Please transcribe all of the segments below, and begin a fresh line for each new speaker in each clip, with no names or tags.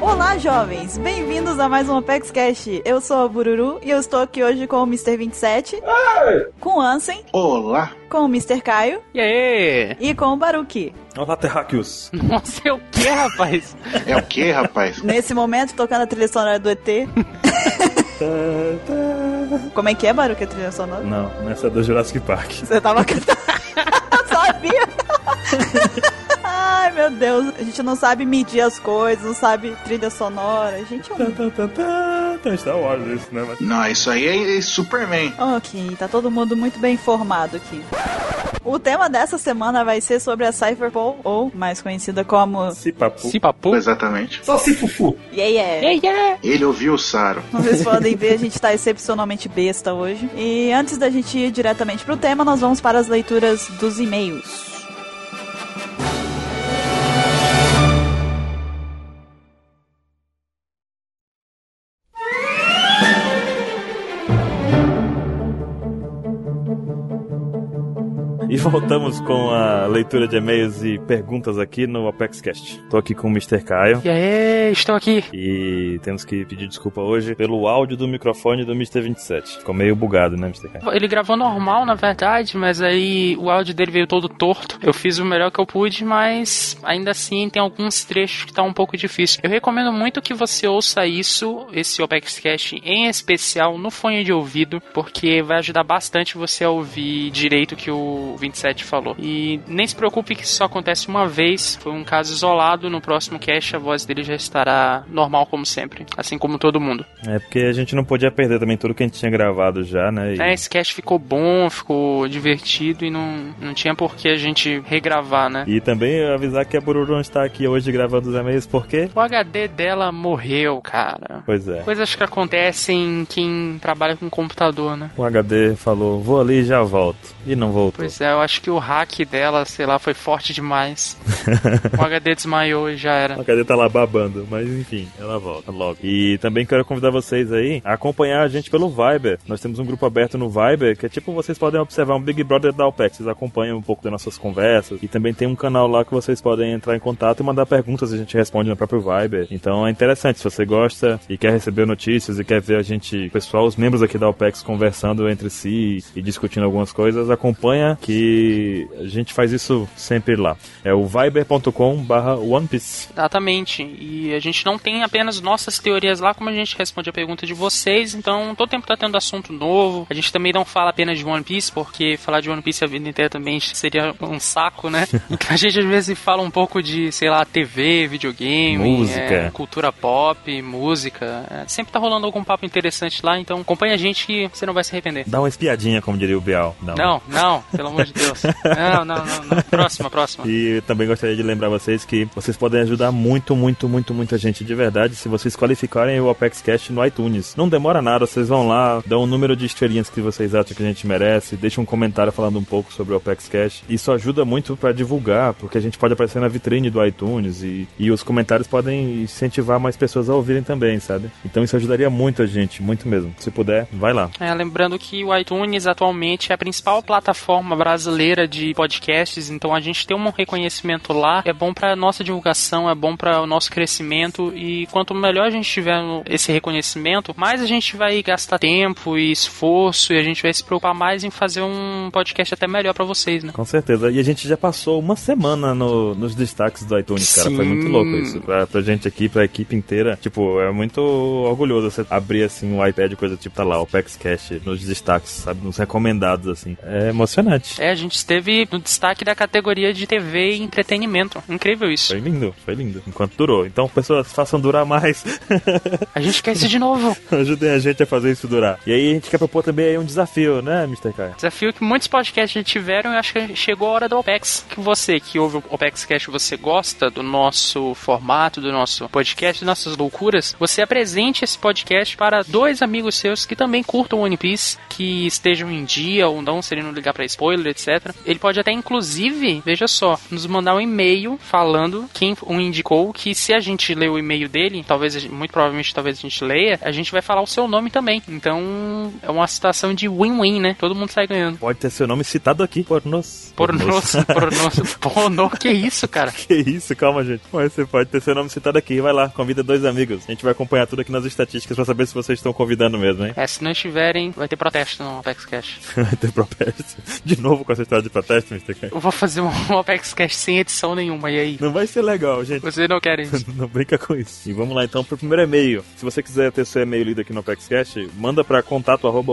Olá, jovens! Bem-vindos a mais um Apex Cash. Eu sou a Bururu e eu estou aqui hoje com o Mr. 27, com o Ansem,
Olá!
com o Mr. Caio
E aí?
e com o Baruki.
Olá, Terráqueos.
Nossa, é o que, rapaz?
É o que, rapaz?
Nesse momento, tocando a trilha sonora do ET. Como é que é, Baruki, a trilha sonora?
Não, nessa é do Jurassic Park.
Você tava cantando. Eu sabia! Ai, meu Deus. A gente não sabe medir as coisas, não sabe trilha sonora. A gente é um...
Tá Star Wars isso, né? Mas...
Não, isso aí é é Superman.
Ok, tá todo mundo muito bem informado aqui. O tema dessa semana vai ser sobre a Cypherpole, ou mais conhecida como...
Se papo.
Se papo?
Exatamente.
Só se fufu.
Yeah, yeah.
Yeah, yeah.
Ele ouviu o Saro.
Como vocês podem ver, a gente tá excepcionalmente besta hoje. E antes da gente ir diretamente pro tema, nós vamos para as leituras dos e-mails.
E voltamos com a leitura de e-mails e perguntas aqui no ApexCast. Tô aqui com o Mr. Caio.
E aí, estou aqui.
E temos que pedir desculpa hoje pelo áudio do microfone do Mr. 27. Ficou meio bugado, né, Mr. Caio?
Ele gravou normal, na verdade, mas aí o áudio dele veio todo torto. Eu fiz o melhor que eu pude, mas ainda assim tem alguns trechos que tá um pouco difícil. Eu recomendo muito que você ouça isso, esse Opex Cash em especial, no fone de ouvido, porque vai ajudar bastante você a ouvir direito o que o 27 falou. E nem se preocupe que isso só acontece uma vez, foi um caso isolado. No próximo cast a voz dele já estará normal como sempre, assim como todo mundo.
É porque a gente não podia perder também tudo que a gente tinha gravado já, né? E-
É, esse cast ficou bom, ficou divertido e não, não tinha por que a gente regravar, né?
E também avisar que a Bururu não está aqui hoje gravando os e-mails, porque...
O HD dela morreu, cara.
Pois é.
Coisas que acontecem em quem trabalha com computador, né?
O HD falou, vou ali e já volto. E não voltou.
Pois é, eu acho que o hack dela, sei lá, foi forte demais. o HD desmaiou e já era.
A cadeia tá lá babando, mas enfim, ela volta logo. E também quero convidar vocês aí a acompanhar a gente pelo Viber. Nós temos um grupo aberto no Viber, que é tipo, vocês podem observar um Big Brother da OPEX. Vocês acompanham um pouco das nossas conversas. E também tem um canal lá que vocês podem entrar em contato e mandar perguntas, a gente responde no próprio Viber. Então é interessante, se você gosta e quer receber notícias e quer ver a gente, o pessoal, os membros aqui da OPEX conversando entre si e discutindo algumas coisas, acompanha que a gente faz isso sempre lá. É o viber.com barra One Piece.
Exatamente. E a gente não tem apenas nossas teorias lá, como a gente responde a pergunta de vocês, então todo tempo tá tendo assunto novo. A gente também não fala apenas de One Piece, porque falar de One Piece a vida inteira também seria um saco, né? Então a gente às vezes fala um pouco de, sei lá, TV, videogame,
Música.
é, cultura pop, música. É, sempre tá rolando algum papo interessante lá, então acompanha a gente que você não vai se arrepender.
Dá uma espiadinha, como diria o Bial.
Não, não, pelo amor de Deus. Não, não, não, não. Próxima, próxima.
E também gostaria de lembrar vocês que vocês podem ajudar muito, muito, muito, muita gente de verdade se vocês qualificarem o Apex Cash no iTunes. Não demora nada, vocês vão lá, dão o número de estrelinhas que vocês acham que a gente merece, deixa um comentário falando um pouco sobre o Apex Cash. Isso ajuda muito pra divulgar, porque a gente pode aparecer na vitrine do iTunes e, e os comentários podem incentivar mais pessoas a ouvirem também, sabe? Então isso ajudaria muito a gente, muito mesmo. Se puder, vai lá.
É, lembrando que o iTunes atualmente é a principal plataforma brasileira de podcasts, então a gente ter um reconhecimento lá é bom para nossa divulgação, é bom para o nosso crescimento e quanto melhor a gente tiver no- esse reconhecimento, mais a gente vai gastar tempo e esforço e a gente vai se preocupar mais em fazer um podcast até melhor para vocês, né?
Com certeza. E a gente já passou uma semana no- nos destaques do iTunes, cara. Foi
Sim.
muito louco isso. Pra, pra gente aqui, pra equipe inteira. Tipo, é muito orgulhoso você abrir assim o iPad, coisa tipo, tá lá, o Pex Cash nos destaques, sabe? Nos recomendados, assim. É emocionante.
É, a gente esteve no destaque da categoria de TV e entretenimento. Incrível isso.
Foi lindo, foi lindo. Enquanto durou. Então, pessoas, façam durar mais.
A gente quer isso de novo.
Ajudem a gente a fazer isso durar. E aí, a gente quer propor também aí um desafio, né, Mr. Kai?
Desafio que muitos podcasts já tiveram, eu acho que chegou a hora do OPEX. Que você que ouve o OPEX Cast, você gosta do nosso formato, do nosso podcast, das nossas loucuras, você apresente esse podcast para dois amigos seus que também curtam One Piece, que estejam em dia ou não, se ele não ligar pra spoiler, etc. Ele pode até, inclusive, veja só, nos mandar um e-mail falando quem o indicou, que se a gente ler o e-mail dele, talvez, a gente- muito provavelmente, talvez a gente leia, a gente vai falar o seu nome também. Então, é uma situação de win-win, né? Todo mundo sai ganhando.
Pode ter seu nome citado aqui. Por nós.
Pornô, pornô, pornô, que isso, cara?
Que isso, calma, gente. Mas você pode ter seu nome citado aqui. Vai lá, convida dois amigos. A gente vai acompanhar tudo aqui nas estatísticas pra saber se vocês estão convidando mesmo, hein?
É, se não estiverem, vai ter protesto no Apex Cash.
Vai ter protesto. De novo com essa história de protesto, Mr. K.
Eu vou fazer um Apex Cash sem edição nenhuma, e aí?
Não vai ser legal, gente.
Vocês não querem isso?
Não brinca com isso. E vamos lá então pro primeiro e-mail. Se você quiser ter seu e-mail lido aqui no ApexCast, manda pra contato arroba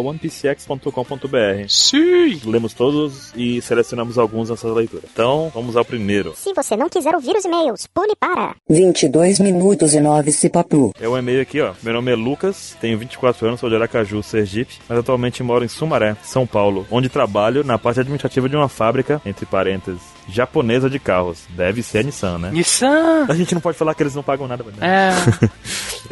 onepcx.com.br.
Sim!
Lemos todos e selecionamos alguns nessa leitura. Então, vamos ao primeiro.
Se você não quiser ouvir os e-mails, pule para.
22 minutos e 9 cipapu.
É um e-mail aqui, ó. Meu nome é Lucas, tenho 24 anos, sou de Aracaju, Sergipe, mas atualmente moro em Sumaré, São Paulo, onde trabalho na parte administrativa de uma fábrica, entre parênteses, japonesa de carros. Deve ser a Nissan, né?
Nissan!
A gente não pode falar que eles não pagam nada, mas...
É,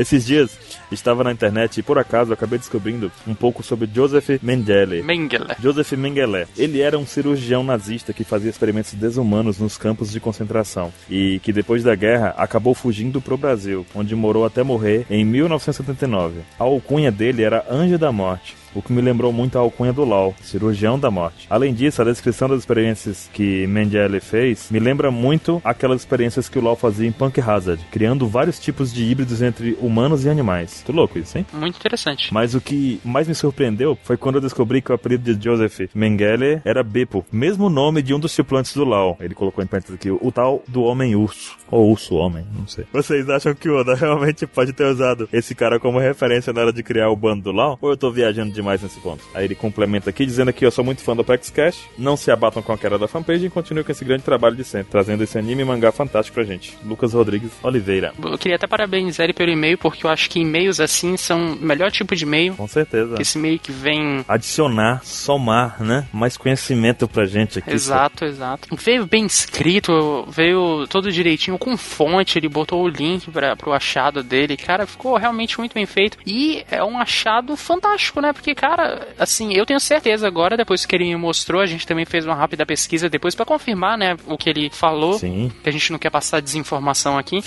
Esses dias estava na internet e por acaso eu acabei descobrindo um pouco sobre Joseph Mengele.
Mengele.
Joseph Mengele. Ele era um cirurgião nazista que fazia experimentos desumanos nos campos de concentração e que depois da guerra acabou fugindo para o Brasil, onde morou até morrer em 1979. A alcunha dele era Anjo da Morte. O que me lembrou muito a alcunha do LOL, cirurgião da morte. Além disso, a descrição das experiências que Mengele fez me lembra muito aquelas experiências que o LOL fazia em Punk Hazard, criando vários tipos de híbridos entre humanos e animais. Tô louco isso, hein?
Muito interessante.
Mas o que mais me surpreendeu foi quando eu descobri que o apelido de Joseph Mengele era Beppo, mesmo nome de um dos tripulantes do Lau. Ele colocou em parênteses aqui o tal do Homem Urso. Ou Urso Homem, não sei. Vocês acham que o Oda realmente pode ter usado esse cara como referência na hora de criar o bando do Lau? Ou eu tô viajando demais nesse ponto? Aí ele complementa aqui dizendo que eu sou muito fã do Apex Cash, não se abatam com a queda da fanpage e continuem com esse grande trabalho de sempre, trazendo esse anime e mangá fantástico pra gente. Lucas Rodrigues Oliveira.
Eu queria até parabenizar ele pelo e-mail, porque eu acho que e-mails assim são o melhor tipo de e-mail.
Com certeza.
Esse e-mail que vem.
adicionar, somar, né? Mais conhecimento pra gente aqui.
Exato, exato. Veio bem escrito, veio todo direitinho, com fonte, ele botou o link para pro achado dele. Cara, ficou realmente muito bem feito. E é um achado fantástico, né? Porque, cara, assim, eu tenho certeza agora, depois que ele me mostrou, a gente também fez uma rápida pesquisa depois pra confirmar, né, o que ele falou.
Sim,
que a gente não quer passar desinformação aqui.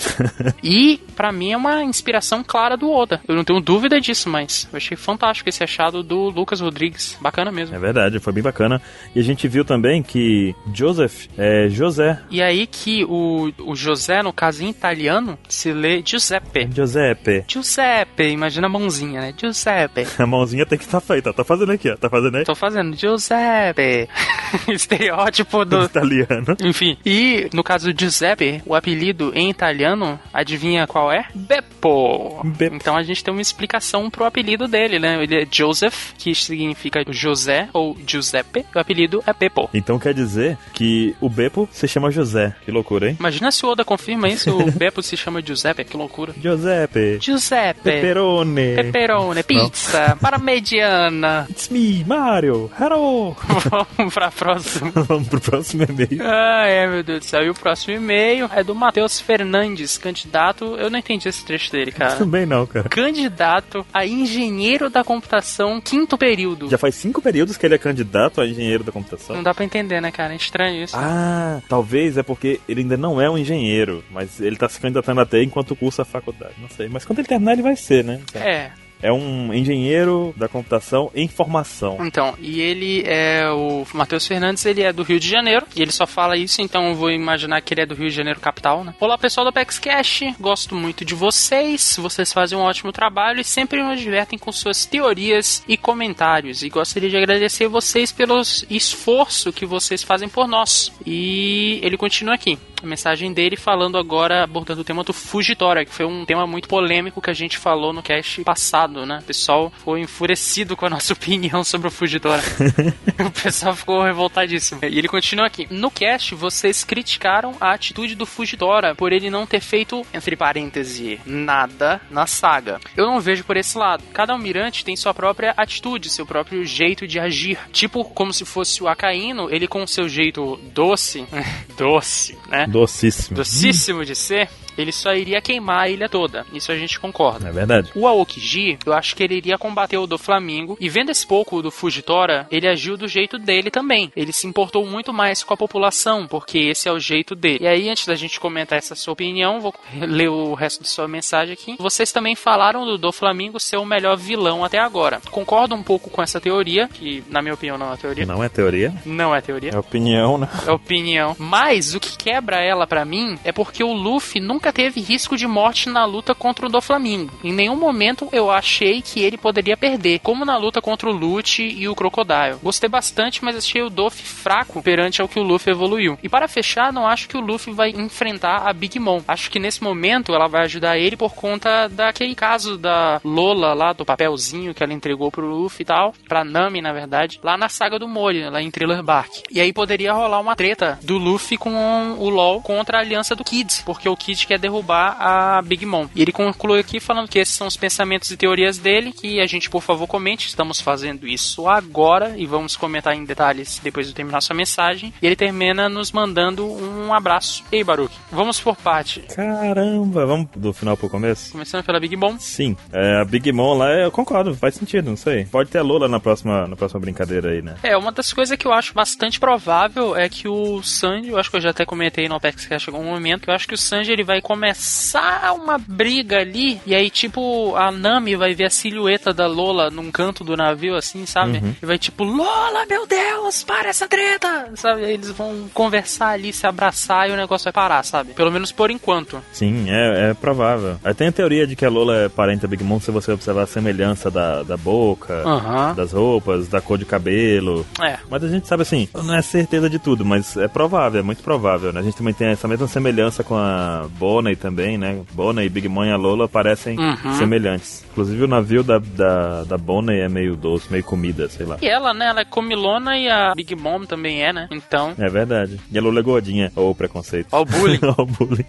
e pra mim é uma inspiração clara do Oda. Eu não tenho dúvida disso, mas eu achei fantástico esse achado do Lucas Rodrigues. Bacana mesmo.
é verdade, foi bem bacana. E a gente viu também que Joseph é José.
E aí que o, o José, no caso em italiano, se lê Giuseppe.
Giuseppe.
Giuseppe, imagina a mãozinha, né? Giuseppe.
A mãozinha tem que estar feita. Tá fazendo aqui, ó. Tá fazendo aí.
Tô fazendo Giuseppe. Estereótipo do,
Italiano.
Enfim, e no caso de Giuseppe, o apelido em italiano, adivinha qual é? Beppo.
Beppo.
Então a gente tem uma explicação pro apelido dele, né? Ele é Joseph, que significa José ou Giuseppe, e o apelido é Beppo.
Então quer dizer que o Beppo se chama José. Que loucura, hein?
Imagina se o Oda confirma isso, o Beppo se chama Giuseppe, que loucura.
Giuseppe.
Giuseppe,
Pepperone.
pepperone, pizza, para mediana.
It's me, Mario. Hello.
Vamos pra próxima.
Vamos pro próximo e-mail.
Ah, é, meu Deus do céu. E o próximo e-mail é do Matheus Fernandes, candidato. Eu não entendi esse trecho dele, cara.
Também não, cara.
candidato a engenheiro da computação quinto período.
Já faz cinco períodos que ele é candidato a engenheiro da computação.
Não dá pra entender, né, cara? É estranho isso.
Ah, talvez é porque ele ainda não é um engenheiro, mas ele tá se candidatando até enquanto cursa a faculdade. Não sei, mas quando ele terminar ele vai ser, né?
É,
É um engenheiro da computação em formação.
então, e ele é o Matheus Fernandes, ele é do Rio de Janeiro, e ele só fala isso, então eu vou imaginar que ele é do Rio de Janeiro capital, né? Olá, pessoal do Apex Cash, gosto muito de vocês, vocês fazem um ótimo trabalho e sempre nos divertem com suas teorias e comentários, e gostaria de agradecer vocês pelo esforço que vocês fazem por nós. E ele continua aqui. a mensagem dele falando agora, abordando o tema do Fugitória, que foi um tema muito polêmico que a gente falou no cast passado, né? O pessoal foi enfurecido com a nossa opinião sobre o Fugitória. o pessoal ficou revoltadíssimo. E ele continua aqui. No cast, vocês criticaram a atitude do Fugitória por ele não ter feito, entre parênteses, nada na saga. Eu não vejo por esse lado. Cada almirante tem sua própria atitude, seu próprio jeito de agir. Tipo, como se fosse o Acaíno, ele com seu jeito doce, doce, né?
Uhum. Docíssimo.
Docíssimo de ser, Ele só iria queimar a ilha toda. Isso a gente concorda.
É verdade.
O Aokiji, eu acho que ele iria combater o do Flamingo. E vendo esse pouco do Fujitora, ele agiu do jeito dele também. Ele se importou muito mais com a população, porque esse é o jeito dele. E aí, antes da gente comentar essa sua opinião, vou ler o resto da sua mensagem aqui. Vocês também falaram do do Flamingo ser o melhor vilão até agora. Concordo um pouco com essa teoria, que na minha opinião não é teoria.
Não é teoria,
Não é teoria.
é opinião, né?
É opinião. Mas o que quebra ela pra mim é porque o Luffy nunca teve risco de morte na luta contra o Doflamingo. Em nenhum momento eu achei que ele poderia perder, como na luta contra o Lute e o Crocodile. Gostei bastante, mas achei o Doff fraco perante ao que o Luffy evoluiu. E para fechar, não acho que o Luffy vai enfrentar a Big Mom. Acho que nesse momento ela vai ajudar ele por conta daquele caso da Lola lá, do papelzinho que ela entregou pro Luffy e tal, pra Nami, na verdade, lá na saga do Mori, lá em Thriller Bark. E aí poderia rolar uma treta do Luffy com o LOL contra a aliança do Kid, porque o Kid quer derrubar a Big Mom. E ele conclui aqui falando que esses são os pensamentos e teorias dele, que a gente, por favor, comente. Estamos fazendo isso agora e vamos comentar em detalhes depois de eu terminar sua mensagem. E ele termina nos mandando um abraço. Ei, Baruch, vamos por parte.
Caramba, vamos do final pro começo?
Começando pela Big Mom.
Sim, é, a Big Mom lá, eu concordo, faz sentido, não sei. Pode ter a Lola na próxima, na próxima brincadeira aí, né?
É, uma das coisas que eu acho bastante provável é que o Sanji, eu acho que eu já até comentei no Apex Cash em algum momento, que eu acho que o Sanji ele vai começar uma briga ali, e aí tipo a Nami vai ver a silhueta da Lola num canto do navio assim, sabe? E vai tipo, Lola, meu Deus, para essa treta! Sabe? Aí eles vão conversar ali, se abraçar e o negócio vai parar, sabe? Pelo menos por enquanto.
Sim, é, é provável. Aí tem a teoria de que a Lola é parente da Big Mom se você observar a semelhança da, da boca,
Aham.
das roupas, da cor de cabelo.
É.
Mas a gente sabe assim, não é certeza de tudo, mas é provável, é muito provável, né? A gente também tem essa mesma semelhança com a Bonnie também, né? Bonnie, Big Mom e a Lola parecem
Uhum.
semelhantes. Inclusive o navio da, da, da Bonnie é meio doce, meio comida, sei lá.
E ela, né? Ela é comilona e a Big Mom também é, né? Então.
É verdade. E a Lola é gordinha, ou preconceito.
Ó o bullying.
Ó o bullying.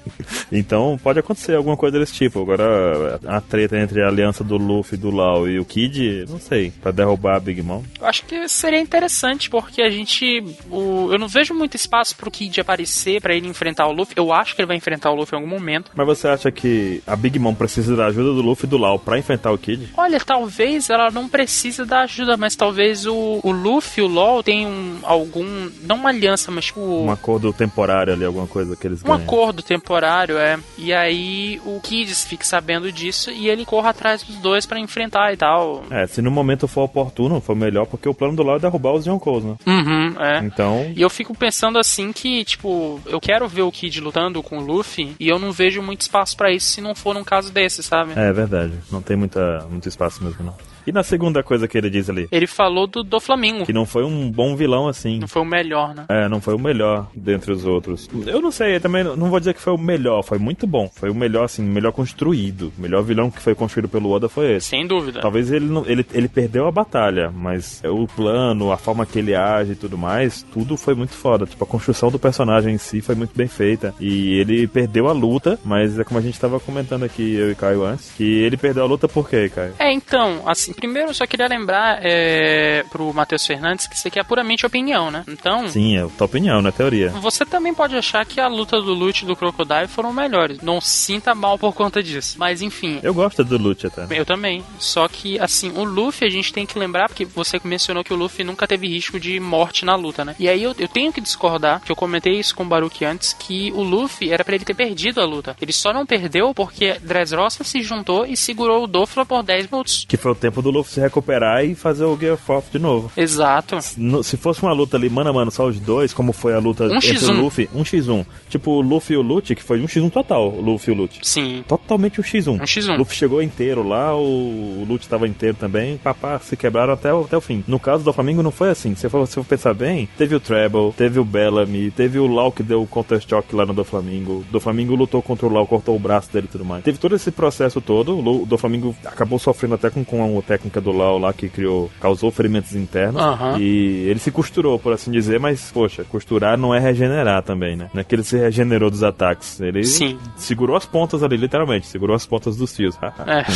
Então pode acontecer alguma coisa desse tipo. Agora, a treta entre a aliança do Luffy, do Lau e o Kid, não sei, pra derrubar a Big Mom.
Eu acho que seria interessante, porque a gente. o- eu não vejo muito espaço pro Kid aparecer pra ele enfrentar o Luffy. Eu acho que ele vai enfrentar o Luffy em algum momento.
Mas você acha que a Big Mom precisa da ajuda do Luffy e do Lau pra enfrentar o Kid?
Olha, talvez ela não precise da ajuda, mas talvez o, o Luffy, o LOL, tenham algum. Não uma aliança, mas tipo.
Um acordo temporário ali, alguma coisa que eles
Um
ganham.
acordo temporário, é. E aí o Kids fique sabendo disso e ele corra atrás dos dois pra enfrentar e tal.
É, se no momento for oportuno, for melhor, porque o plano do Lau é derrubar os Yonkous, né?
Uhum, é.
Então,
E eu fico pensando assim que, tipo, eu quero ver o Kid lutando com o Luffy e eu não vejo muito espaço pra isso se não for num caso desse, sabe?
é verdade. Não tem muita, muito espaço mesmo, não. E na segunda coisa que ele diz ali?
Ele falou do, do Flamengo,
Que não foi um bom vilão assim.
não foi o melhor, né?
É, não foi o melhor dentre os outros. Eu não sei, eu também não vou dizer que foi o melhor, foi muito bom. Foi o melhor, assim, melhor construído. O melhor vilão que foi construído pelo Oda foi esse.
Sem dúvida.
Talvez ele, não, ele, ele perdeu a batalha, mas o plano, a forma que ele age e tudo mais, tudo foi muito foda. Tipo, a construção do personagem em si foi muito bem feita. E ele perdeu a luta, mas é como a gente tava comentando aqui, eu e Caio antes, que ele perdeu a luta por quê, Caio?
É, então, assim, primeiro eu só queria lembrar é, pro Matheus Fernandes que isso aqui é puramente opinião, né? Então,
Sim, é a tua opinião, não é teoria.
Você também pode achar que a luta do Lute e do Crocodile foram melhores. Não sinta mal por conta disso. Mas enfim,
Eu gosto do tá? Lute até.
Eu também. Só que, assim, o Luffy a gente tem que lembrar, porque você mencionou que o Luffy nunca teve risco de morte na luta, né? E aí eu, eu tenho que discordar, que eu comentei isso com o Baruch antes, que o Luffy era pra ele ter perdido a luta. Ele só não perdeu porque Dressrosa se juntou e segurou o Dofla por 10 minutos.
Que foi o tempo do Luffy se recuperar e fazer o Gear Fourth de novo.
Exato.
No- se fosse uma luta ali, mano a mano, só os dois, como foi a luta
Um
entre o
X1.
Luffy, 1x1. Tipo, o Luffy e o Lute, que foi um x 1 total, o Luffy e o Lute.
Sim.
Totalmente um X1.
Um X1.
O Luffy chegou inteiro lá, o o Lute tava inteiro também, papá, se quebraram até o, até o fim. No caso do Flamengo não foi assim. Se for, se for pensar bem, teve o Treble, teve o Bellamy, teve o Lau que deu o Counter Shock lá no do Flamengo. Do Flamengo lutou contra o Lau, cortou o braço dele e tudo mais. Teve todo esse processo todo, o Lu- do Flamengo acabou sofrendo até com, com a técnica do Lau lá que criou, causou ferimentos internos.
Aham.
E ele se costurou, por assim dizer, mas, poxa, costurar não é regenerar também, né? Não é que ele se regenerou dos ataques. Ele
Sim.
segurou as pontas ali, literalmente, segurou as pontas dos fios.
É.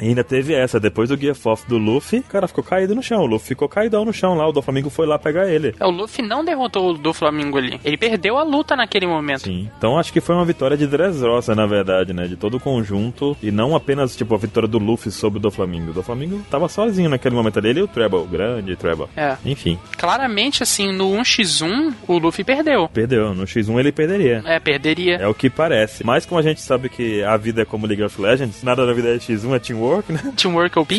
E ainda teve essa, depois do Gear Fourth do Luffy, o cara ficou caído no chão, o Luffy ficou caidão no chão lá, o Doflamingo foi lá pegar pegar ele.
É, o Luffy não derrotou o do Flamengo ali. Ele perdeu a luta naquele momento.
Sim. Então acho que foi uma vitória de Dressrosa, na verdade, né? De todo o conjunto. E não apenas, tipo, a vitória do Luffy sobre o Doflamingo. O Doflamingo tava sozinho naquele momento ali. Ele e o Treble, o grande Treble.
É.
Enfim,
Claramente, assim, no 1x1, o Luffy perdeu.
perdeu. No X1 ele perderia.
É, perderia.
É o que parece. Mas como a gente sabe que a vida é como League of Legends, nada da vida é X1, é teamwork, né?
Teamwork é OP?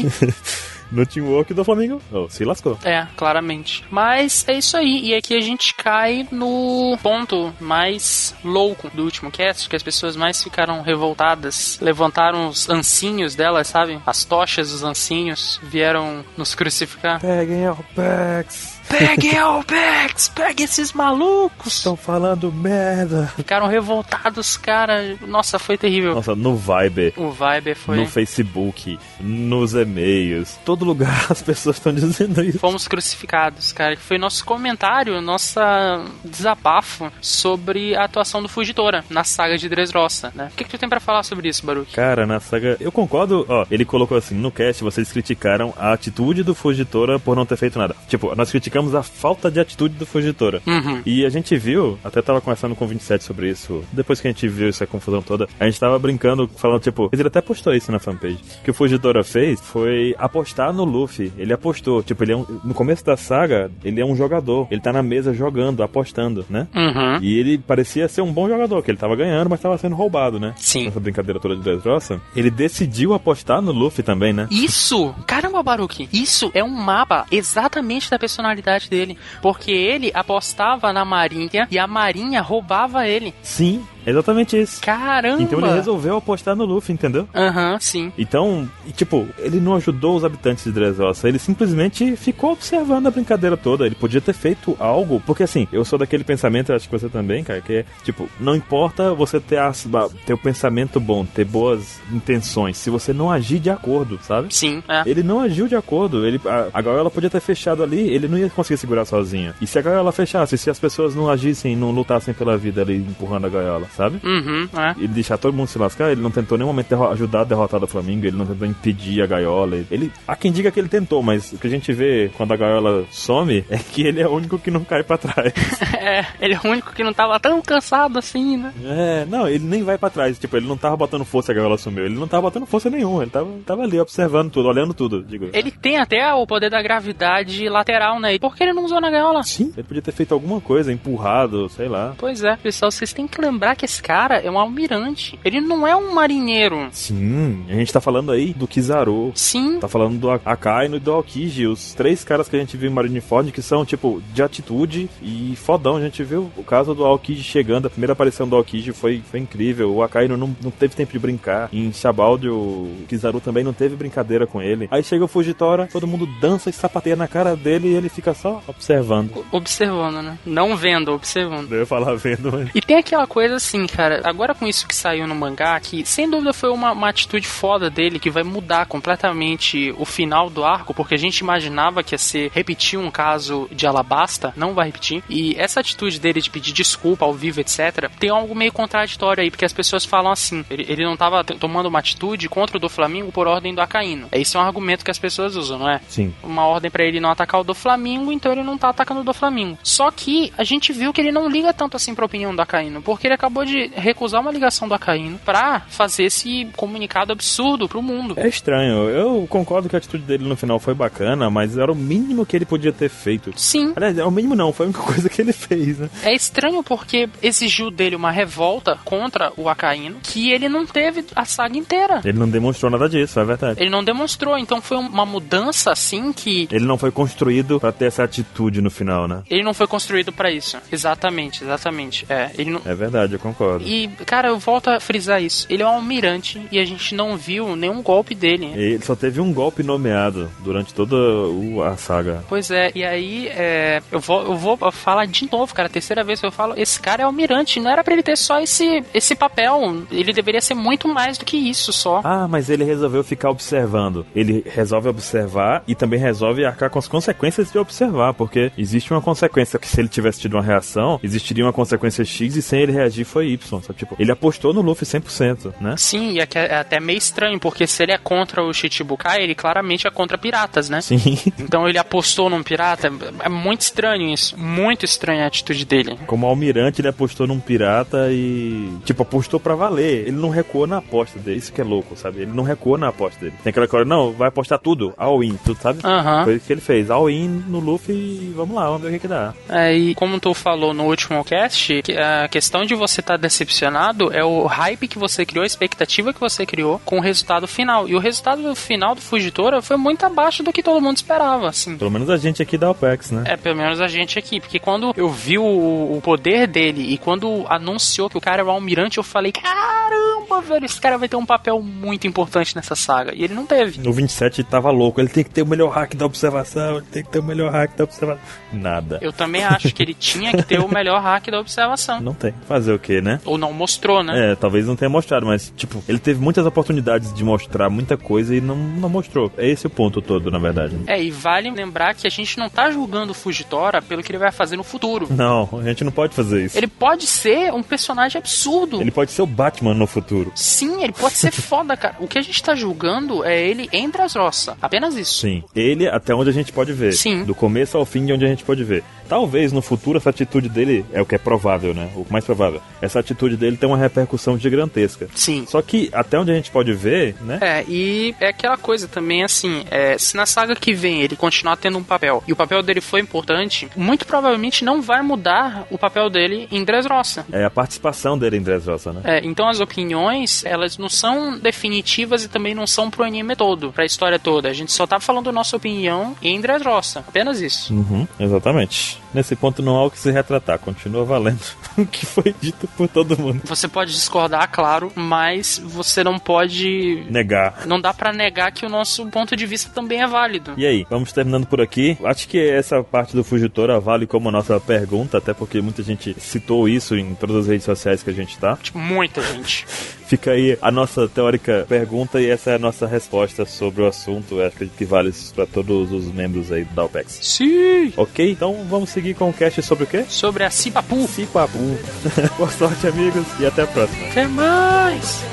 No teamwork do Flamengo, oh, se lascou.
É, claramente. Mas é isso aí. E aqui a gente cai no ponto mais louco do último cast, que as pessoas mais ficaram revoltadas, levantaram os ancinhos delas, sabe? As tochas, os ancinhos, vieram nos crucificar.
Peguem o Pex,
Peguem o Bex! Peguem esses malucos!
estão falando merda.
Ficaram revoltados, cara. Nossa, foi terrível.
Nossa, no Viber,
O Viber foi.
no Facebook, nos e-mails, todo lugar as pessoas estão dizendo isso.
Fomos crucificados, cara. que Foi nosso comentário, nossa desabafo sobre a atuação do Fugitora na saga de Dressrosa, né? O que, que tu tem pra falar sobre isso, Baruch?
Cara, na saga. Eu concordo, ó. Ele colocou assim: no cast vocês criticaram a atitude do Fugitora por não ter feito nada. Tipo, nós criticamos a falta de atitude do Fugitora.
Uhum.
E a gente viu, até tava conversando com o 27 sobre isso, depois que a gente viu essa confusão toda, a gente tava brincando, falando, tipo, ele até postou isso na fanpage. O que o Fugitora fez foi apostar no Luffy. Ele apostou, tipo, ele é um, no começo da saga, ele é um jogador. Ele tá na mesa jogando, apostando, né?
Uhum.
E ele parecia ser um bom jogador, que ele tava ganhando, mas tava sendo roubado, né?
Sim.
Nessa brincadeira toda de Dressrosa. Ele decidiu apostar no Luffy também, né?
Isso, caramba, Baruch, isso é um mapa exatamente da personalidade dele. Porque ele apostava na Marinha e a Marinha roubava ele.
Sim, é exatamente isso.
Caramba!
Então ele resolveu apostar no Luffy, entendeu?
Aham, sim.
Então, e, tipo, ele não ajudou os habitantes de Dressrosa, ele simplesmente ficou observando a brincadeira toda. Ele podia ter feito algo, porque assim, eu sou daquele pensamento, eu acho que você também, cara, que é, tipo, não importa você ter, as, ba- ter o pensamento bom, ter boas intenções, se você não agir de acordo, sabe?
Sim, é.
Ele não agiu de acordo. Ele, a, a gaiola podia ter fechado ali, ele não ia conseguir segurar sozinha. E se a gaiola fechasse, se as pessoas não agissem, não lutassem pela vida ali empurrando a gaiola, sabe?
Uhum, é.
Ele deixar todo mundo se lascar, ele não tentou em nenhum momento derro- ajudar a derrotar o Flamengo, ele não tentou impedir a gaiola. Ele. Há quem diga que ele tentou, mas o que a gente vê quando a gaiola some é que ele é o único que não cai pra trás.
É, ele é o único que não tava tão cansado assim, né?
É, não, ele nem vai pra trás. Tipo, ele não tava botando força a gaiola sumiu. Ele não tava botando força nenhuma. Ele tava, tava ali observando tudo, olhando tudo, digo.
Ele tem até o poder da gravidade lateral, né? E por que ele não usou na gaiola?
Sim. Ele podia ter feito alguma coisa, empurrado, sei lá.
Pois é, pessoal, vocês têm que lembrar que esse cara é um almirante. Ele não é um marinheiro.
Sim, a gente tá falando aí do Kizaru.
Sim,
Tá falando do Akainu e do Aokiji, os três caras que a gente viu em Marineford que são, tipo, de atitude e fodão. A gente viu o caso do Aokiji chegando, a primeira aparição do Aokiji foi, foi incrível. O Akainu não, não teve tempo de brincar. Em Shabaldi, o Kizaru também não teve brincadeira com ele. Aí chega o Fujitora, todo mundo dança e sapateia na cara dele e ele fica só observando.
o- observando, né? Não vendo, observando.
Eu ia falar vendo, mas...
E tem aquela coisa assim, cara, agora com isso que saiu no mangá, que sem dúvida foi uma, uma atitude foda dele que vai mudar completamente o final do arco, porque a gente imaginava que ia ser repetir um caso de Alabasta, não vai repetir. E essa atitude dele de pedir desculpa ao vivo, etc., tem algo meio contraditório aí, porque as pessoas falam assim, ele, ele não tava t- tomando uma atitude contra o do Flamengo por ordem do Acaíno. Esse é um argumento que as pessoas usam, não é?
Sim.
uma ordem pra ele não atacar o do Flamengo, então ele não tá atacando o do Flamengo. Só que a gente viu que ele não liga tanto assim pra opinião do Acaíno, porque ele acabou de recusar uma ligação do Acaíno pra fazer esse comunicado absurdo pro mundo.
É estranho. Eu concordo que a atitude dele no final foi bacana, mas era o mínimo que ele podia ter feito.
Sim,
Aliás, é o mínimo não, foi a única coisa que ele fez, né?
é estranho porque exigiu dele uma revolta contra o Acaíno que ele não teve a saga inteira.
Ele não demonstrou nada disso, é verdade.
Ele não demonstrou, então foi uma mudança assim que
Ele não foi construído pra ter essa atitude no final, né?
ele não foi construído pra isso. Exatamente, exatamente. É, ele não,
É verdade, eu concordo.
E, cara, eu volto a frisar isso. Ele é um almirante e a gente não viu nenhum golpe dele.
Ele só teve um golpe nomeado durante toda o- a saga.
Pois é, e aí é, eu, vou, eu vou falar de novo, cara. Terceira vez que eu falo, esse cara é almirante. Não era pra ele ter só esse, esse papel. Ele deveria ser muito mais do que isso só.
Ah, mas ele resolveu ficar observando. Ele resolve observar e também resolve arcar com as consequências de observar, porque existe uma consequência que se ele tivesse tido uma reação, existiria uma consequência X e sem ele reagir foi Y, sabe? Tipo, ele apostou no Luffy 100%, né?
Sim, e é, que é até meio estranho, porque se ele é contra o Shichibukai, ele claramente é contra piratas, né?
Sim.
Então ele apostou num pirata. É muito estranho isso. Muito estranha a atitude dele.
Como almirante, ele apostou num pirata e. Tipo, apostou pra valer. Ele não recuou na aposta dele. Isso que é louco, sabe? Ele não recuou na aposta dele. Tem aquela coisa, não, vai apostar tudo, all-in, tudo, sabe?
Aham.
Foi o que ele fez, all-in no Luffy e vamos lá, vamos ver o que, que dá.
Aí, É, como tu falou no último cast, que a questão de você estar decepcionado é o hype que você criou, a expectativa que você criou com o resultado final. E o resultado final do Fugitora foi muito abaixo do que todo mundo esperava, assim.
Pelo menos a gente aqui da OPEX, né?
É, pelo menos a gente aqui, porque quando eu vi o, o poder dele e quando anunciou que o cara era o almirante, eu falei: caramba, velho, esse cara vai ter um papel muito importante nessa saga. E ele não teve.
O 27 tava louco, ele tem que ter o melhor hack da observação, ele tem que ter o melhor hack da observação. Nada.
Eu também acho que ele tinha que ter o melhor hack da observação.
Não tem. Fazer o que, né?
Ou não mostrou, né?
É, talvez não tenha mostrado, mas, tipo, ele teve muitas oportunidades de mostrar muita coisa e não, não mostrou. É esse o ponto todo, na verdade. né?
É, e vale lembrar que a gente não tá julgando o Fugitora pelo que ele vai fazer no futuro.
Não, a gente não pode fazer isso.
Ele pode ser um personagem absurdo.
Ele pode ser o Batman no futuro.
Sim, ele pode ser foda, cara. O que a gente tá julgando é ele entre as roças. Apenas isso.
Sim. Ele é até onde a gente pode ver.
Sim.
Do começo ao fim de onde a gente pode ver. Talvez no futuro essa atitude dele é o que é provável, né? O mais provável. Essa atitude dele tem uma repercussão gigantesca.
Sim.
Só que até onde a gente pode ver, né?
É, e é aquela coisa também, assim, é, se na saga que vem ele continuar tendo um papel e o papel dele foi importante, muito provavelmente não vai mudar o papel dele em Dressrosa.
É a participação dele em Dressrosa, né?
É, então as opiniões, elas não são definitivas e também não são pro anime todo, pra história toda. A gente só tá falando nossa opinião em Dressrosa, apenas isso.
Uhum, exatamente. Nesse ponto não há o que se retratar, continua valendo o que foi dito por todo mundo.
Você pode discordar, claro, mas você não pode...
Negar.
Não dá pra negar que o nosso ponto de vista também é válido.
E aí, vamos terminando por aqui. Acho que essa parte do Fugitora vale como nossa pergunta, até porque muita gente citou isso em todas as redes sociais que a gente tá.
Tipo, muita gente.
Fica aí a nossa teórica pergunta e essa é a nossa resposta sobre o assunto. Eu acredito que vale isso pra todos os membros aí da OPEX.
Sim!
Ok? Então vamos seguir com o cast sobre o quê?
Sobre a Cipapu.
Cipapu. Boa sorte, amigos, e até a próxima.
Até mais!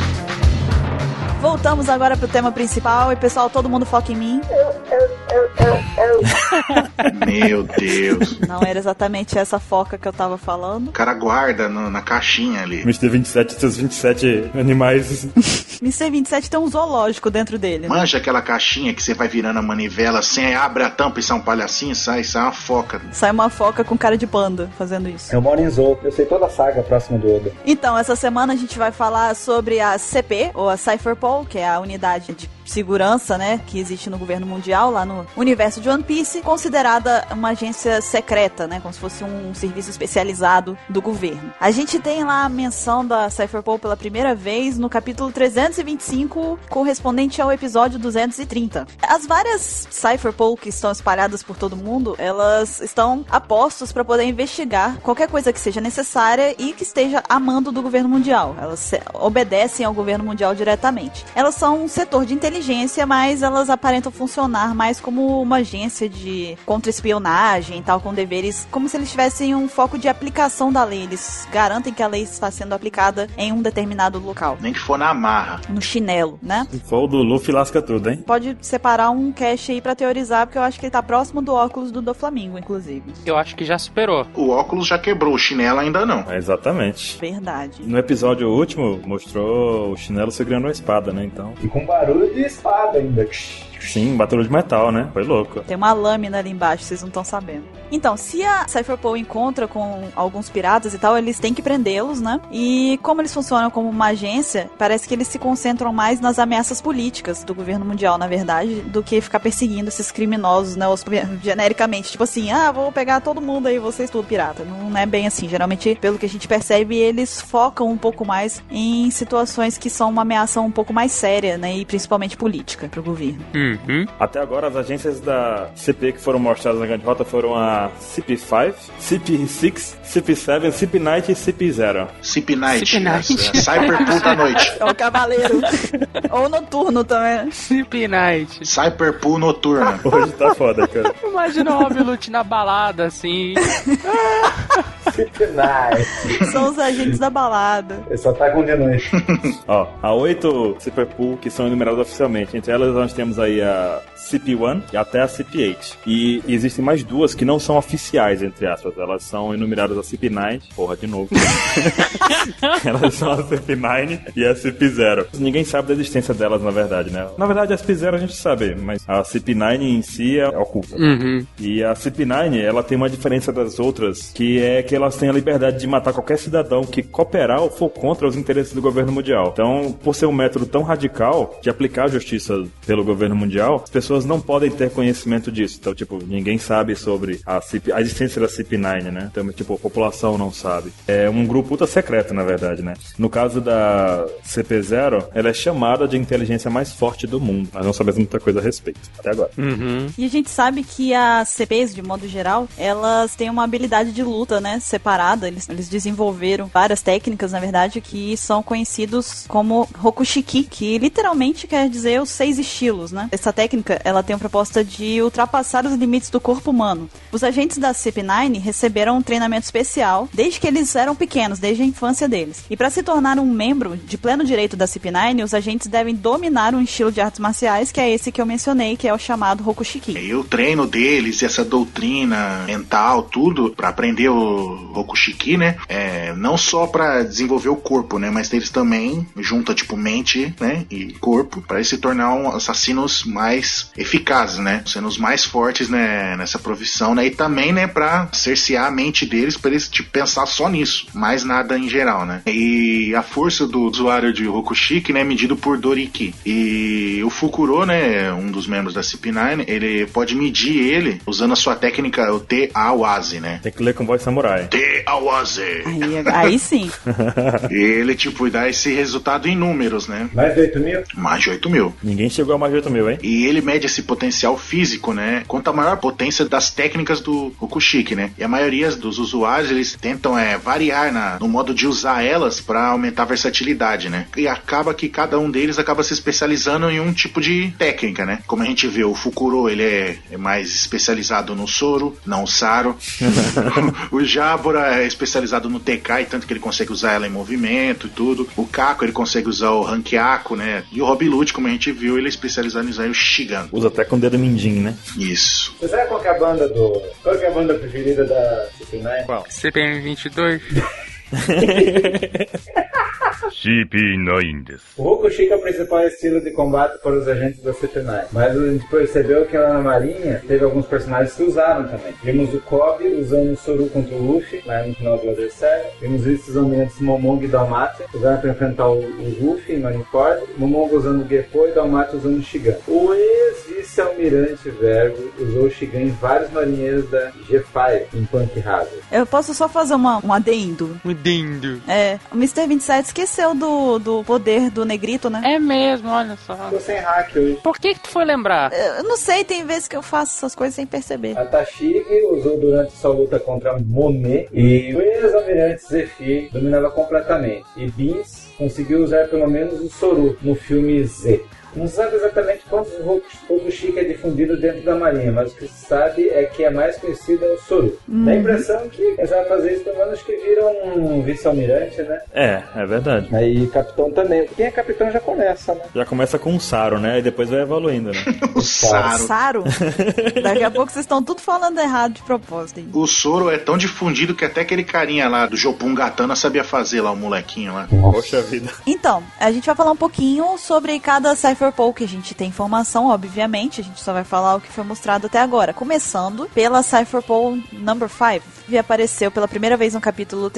2000. Voltamos agora pro tema principal e pessoal, todo mundo foca em mim.
Meu Deus.
Não era exatamente essa foca que eu tava falando.
O cara guarda no- na caixinha ali.
Mr. 27, seus 27 animais.
Mr. 27 tem um zoológico dentro dele. né?
Manja aquela caixinha que você vai virando a manivela assim, aí abre a tampa e sai um palhacinho, sai, sai uma foca.
Sai uma foca com cara de panda fazendo isso.
Eu moro em Zou, eu sei toda a saga próxima do Oda.
Então, essa semana a gente vai falar sobre a CP, ou a Cypherpol, que é a unidade de segurança, né, que existe no governo mundial, lá no universo de One Piece, considerada uma agência secreta, né, como se fosse um serviço especializado do governo. A gente tem lá a menção da Cypherpol pela primeira vez no capítulo 325, correspondente ao episódio 230. As várias Cypherpol que estão espalhadas por todo mundo, elas estão a postos para poder investigar qualquer coisa que seja necessária e que esteja a mando do governo mundial. Elas se- obedecem ao governo mundial diretamente. Elas são um setor de inteligência, mas elas aparentam funcionar mais como uma agência de contra-espionagem e tal, com deveres como se eles tivessem um foco de aplicação da lei. Eles garantem que a lei está sendo aplicada em um determinado local.
Nem que for na amarra.
No chinelo, né?
Se for o do Luffy, lasca tudo, hein?
Pode separar um cache aí pra teorizar, porque eu acho que ele tá próximo do óculos do Doflamingo, inclusive.
Eu acho que já superou.
O óculos já quebrou, o chinelo ainda não.
exatamente.
Verdade.
No episódio último, mostrou o chinelo segurando uma espada, né? Então,
E com barulho de espada ainda.
sim, batalha de metal, né? Foi louco.
Tem uma lâmina ali embaixo, vocês não estão sabendo. Então, se a Cypherpole encontra com alguns piratas e tal, eles têm que prendê-los, né? E como eles funcionam como uma agência, parece que eles se concentram mais nas ameaças políticas do governo mundial, na verdade, do que ficar perseguindo esses criminosos, né? Os, genericamente, tipo assim, ah, vou pegar todo mundo aí, vocês tudo pirata. Não é bem assim. Geralmente, pelo que a gente percebe, eles focam um pouco mais em situações que são uma ameaça um pouco mais séria, né? E principalmente política pro governo.
Hum. Uhum.
Até agora, as agências da CP que foram mostradas na grande rota foram a CP5, CP6, CP7, CP9 e CP0.
Cip Night.
Cip Night.
Essa- Cyberpunk à é, noite.
É o cavaleiro. Ou noturno também.
Sleep Night.
Cyberpool noturna.
Hoje tá foda, cara.
Imagina o Rob Lute na balada, assim.
Nice.
São os agentes da balada.
Ele só tá com de noite.
Ó, há oito Superpool que são enumeradas oficialmente. Entre elas, nós temos aí a CP1 e até a CP8. E existem mais duas que não são oficiais, entre aspas. Elas são enumeradas a CP9. Porra, de novo. Elas são a CP9 e a CP0. Ninguém sabe da existência delas, na verdade, né? Na verdade, a CP0 a gente sabe, mas a CP9 em si é oculta.
Uhum.
E a CP9, ela tem uma diferença das outras, que é que elas têm a liberdade de matar qualquer cidadão que cooperar ou for contra os interesses do governo mundial. Então, por ser um método tão radical de aplicar a justiça pelo governo mundial, as pessoas não podem ter conhecimento disso. Então, tipo, ninguém sabe sobre a, CP, a existência da CP9, né? Então, tipo, a população não sabe. É um grupo ultra secreto, na verdade, né? No caso da CP0, ela é chamada de inteligência mais forte do mundo. Nós não sabemos muita coisa a respeito, até agora.
Uhum.
E a gente sabe que as CPs, de modo geral, elas têm uma habilidade de luta, né? Separada. Eles, eles desenvolveram várias técnicas, na verdade, que são conhecidos como Rokushiki, que literalmente quer dizer os seis estilos, né? Essa técnica, ela tem a proposta de ultrapassar os limites do corpo humano. Os agentes da CP9 receberam um treinamento especial desde que eles eram pequenos, desde a infância deles. E para se tornar um membro de pleno direito da CP9, os agentes devem dominar um estilo de artes marciais, que é esse que eu mencionei, que é o chamado Rokushiki.
E o É, treino deles, essa doutrina mental, tudo, pra aprender o Rokushiki, né? É, não só pra desenvolver o corpo, né? Mas eles também junta, tipo, mente, né? E corpo, pra eles se tornar um assassinos mais eficazes, né? Sendo os mais fortes, né? Nessa profissão, né? E também, né? Pra cercear a mente deles, pra eles, tipo, pensar só nisso. Mais nada em geral, né? E a força do usuário de Rokushiki, né? Medido por Doriki. E o Fukuro, né? Um dos membros da CP9, ele pode medir ele usando a sua técnica, o T-Awase, né?
Tem que ler com voz samurai.
T-Awase!
Aí, aí sim.
E ele, tipo, dá esse resultado em números, né?
Mais de 8 mil?
Mais de 8 mil.
Ninguém chegou a mais de 8 mil, hein?
E ele mede esse potencial físico, né? Quanto à maior potência das técnicas do Okushiki, né? E a maioria dos usuários, eles tentam é, variar na- no modo de usar elas pra aumentar a versatilidade, né? E acaba que cada um deles acaba se especializando em um tipo de técnica, né? Como a gente vê, o Fukuro, ele é, é mais especializado no Soro, não o Saro. o Jabura é especializado no TK, e tanto que ele consegue usar ela em movimento e tudo. O Kako, ele consegue usar o Rankiaku, né? E o Rob Lute, como a gente viu, ele é especializado em usar o Shigan.
Usa até com o dedo mindinho, né?
Isso.
Você sabe qual que é a banda do. Qual que é a banda preferida da Cipinai?
Qual?
CPM 22.
CP9 です。
O Rokushiki é o principal estilo de combate para os agentes da CP9, mas a gente percebeu que lá na Marinha teve alguns personagens que usaram também. Vimos o Kobe usando o Soru contra o Luffy, lá no final do Other Side. Vimos isso usando antes Momongo e Dalmatia, usaram para enfrentar o, o Luffy em Marineford. Momongo usando o Geppo e Dalmatia usando o Shigan. O ex-vice-almirante Verbo usou o Shigan em vários marinheiros da G5 em Punk Hazard.
Eu posso só fazer uma, um adendo?
O Dindo.
É, o Mr. 27 esqueceu do, do poder do negrito, né?
É mesmo, olha só.
Tô sem hack hoje.
Por que, que tu foi lembrar?
Eu não sei, tem vezes que eu faço essas coisas sem perceber.
A Tashigi usou durante sua luta contra Monet e o ex-almirante Zephyr dominava completamente. E Beans conseguiu usar pelo menos o Soru no filme Z. Não se sabe exatamente quantos Rokus Rokushiki é difundido dentro da marinha, mas o que se sabe é que a mais conhecida é o Soru. Dá a impressão que eles vão fazer isso pelo menos que viram um vice-almirante, né?
É, é verdade.
Aí capitão também. Quem é capitão já começa, né?
Já começa com o Saro, né? E depois vai evoluindo, né?
O Saro.
Saro? Daqui a pouco vocês estão tudo falando errado de propósito. hein?
O Soro é tão difundido que até aquele carinha lá do Jopun Gatana sabia fazer lá, o molequinho lá.
Poxa vida.
Então, a gente vai falar um pouquinho sobre cada Cypherpunk que a gente tem informação, obviamente. A gente só vai falar o que foi mostrado até agora. Começando pela Cypherpunk number 5, que apareceu pela primeira vez no capítulo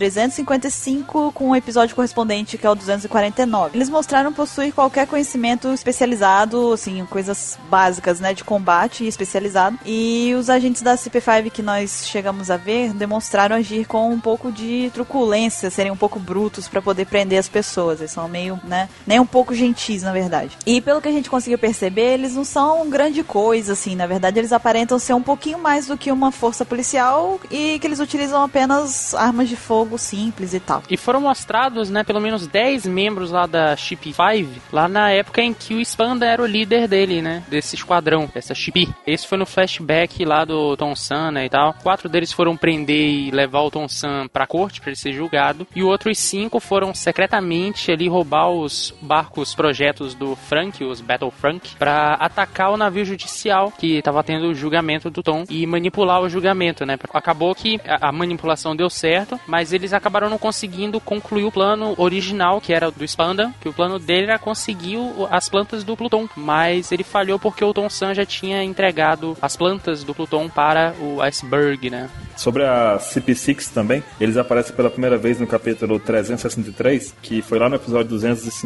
355, com o episódio correspondente, que é o 249. Eles mostraram possuir qualquer conhecimento especializado, assim, coisas básicas, né, de combate e especializado. E os agentes da CP5 que nós chegamos a ver demonstraram agir com um pouco de truculência, serem um pouco brutos para poder prender as pessoas pessoas. Eles são meio, né? Nem um pouco gentis, na verdade. E pelo que a gente conseguiu perceber, eles não são grande coisa, assim. Na verdade, eles aparentam ser um pouquinho mais do que uma força policial e que eles utilizam apenas armas de fogo simples e tal.
E foram mostrados, né, pelo menos 10 membros lá da Chip 5, lá na época em que o Spanda era o líder dele, né, desse esquadrão, dessa Chip. Esse foi no flashback lá do Tom San, né, e tal. Quatro deles foram prender e levar o Tom San pra corte pra ele ser julgado, e outros cinco foram secretamente ali roubar os barcos projetos do Frank, os Battle Frank, pra atacar o navio judicial que tava tendo o julgamento do Tom e manipular o julgamento, né. Acabou que a a manipulação deu certo, mas eles acabaram não conseguindo concluir o plano original, que era do Spanda, que o plano dele era conseguir o- as plantas do Pluton, mas ele falhou porque o Tom San já tinha entregado as plantas do Pluton para o iceberg, né?
Sobre a CP6 também, eles aparecem pela primeira vez no capítulo 363, que foi lá no episódio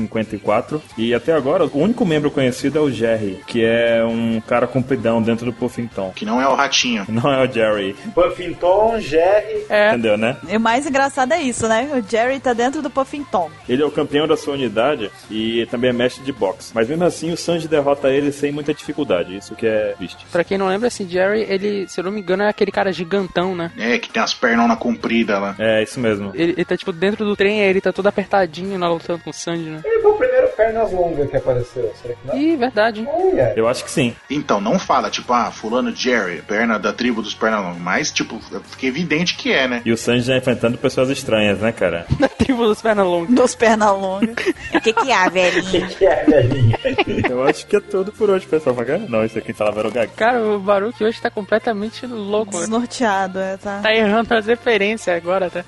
254. E até agora, o único membro conhecido é o Jerry, que é um cara compridão dentro do Puffington.
Que não é o ratinho.
Não é o Jerry,
Puffington, Jerry.
É.
entendeu, né?
E o mais engraçado é isso, né? O Jerry tá dentro do Puffington.
Ele é o campeão da sua unidade e também é mestre de boxe. Mas mesmo assim, o Sanji derrota ele sem muita dificuldade. Isso que é triste.
Pra quem não lembra, esse Jerry, ele, se eu não me engano, é aquele cara gigantão, né?
É, que tem as pernas compridas lá.
É, isso mesmo.
Ele, ele tá tipo dentro do trem, aí ele tá todo apertadinho na lutando com o Sanji, né?
Ele foi o primeiro pernas longas que apareceu, será que não?
Ih, verdade. hein?
Olha,
Eu acho que sim.
Então, não fala, tipo, ah, fulano Jerry, perna da tribo dos pernalongos. Mas, tipo, fica evidente que é, né?
E o Sanji já enfrentando pessoas estranhas, né, cara?
Na tribo dos Pernalongas.
Dos pernas longas. O que que há, velhinho?
que é, velhinha?
Eu acho que é tudo por hoje, pessoal. Vai ganhar? Não, isso aqui falava era o Gag.
Cara, o Baruch hoje tá completamente louco. né?
Desnorteado, é, tá?
Tá errando as referências agora, tá?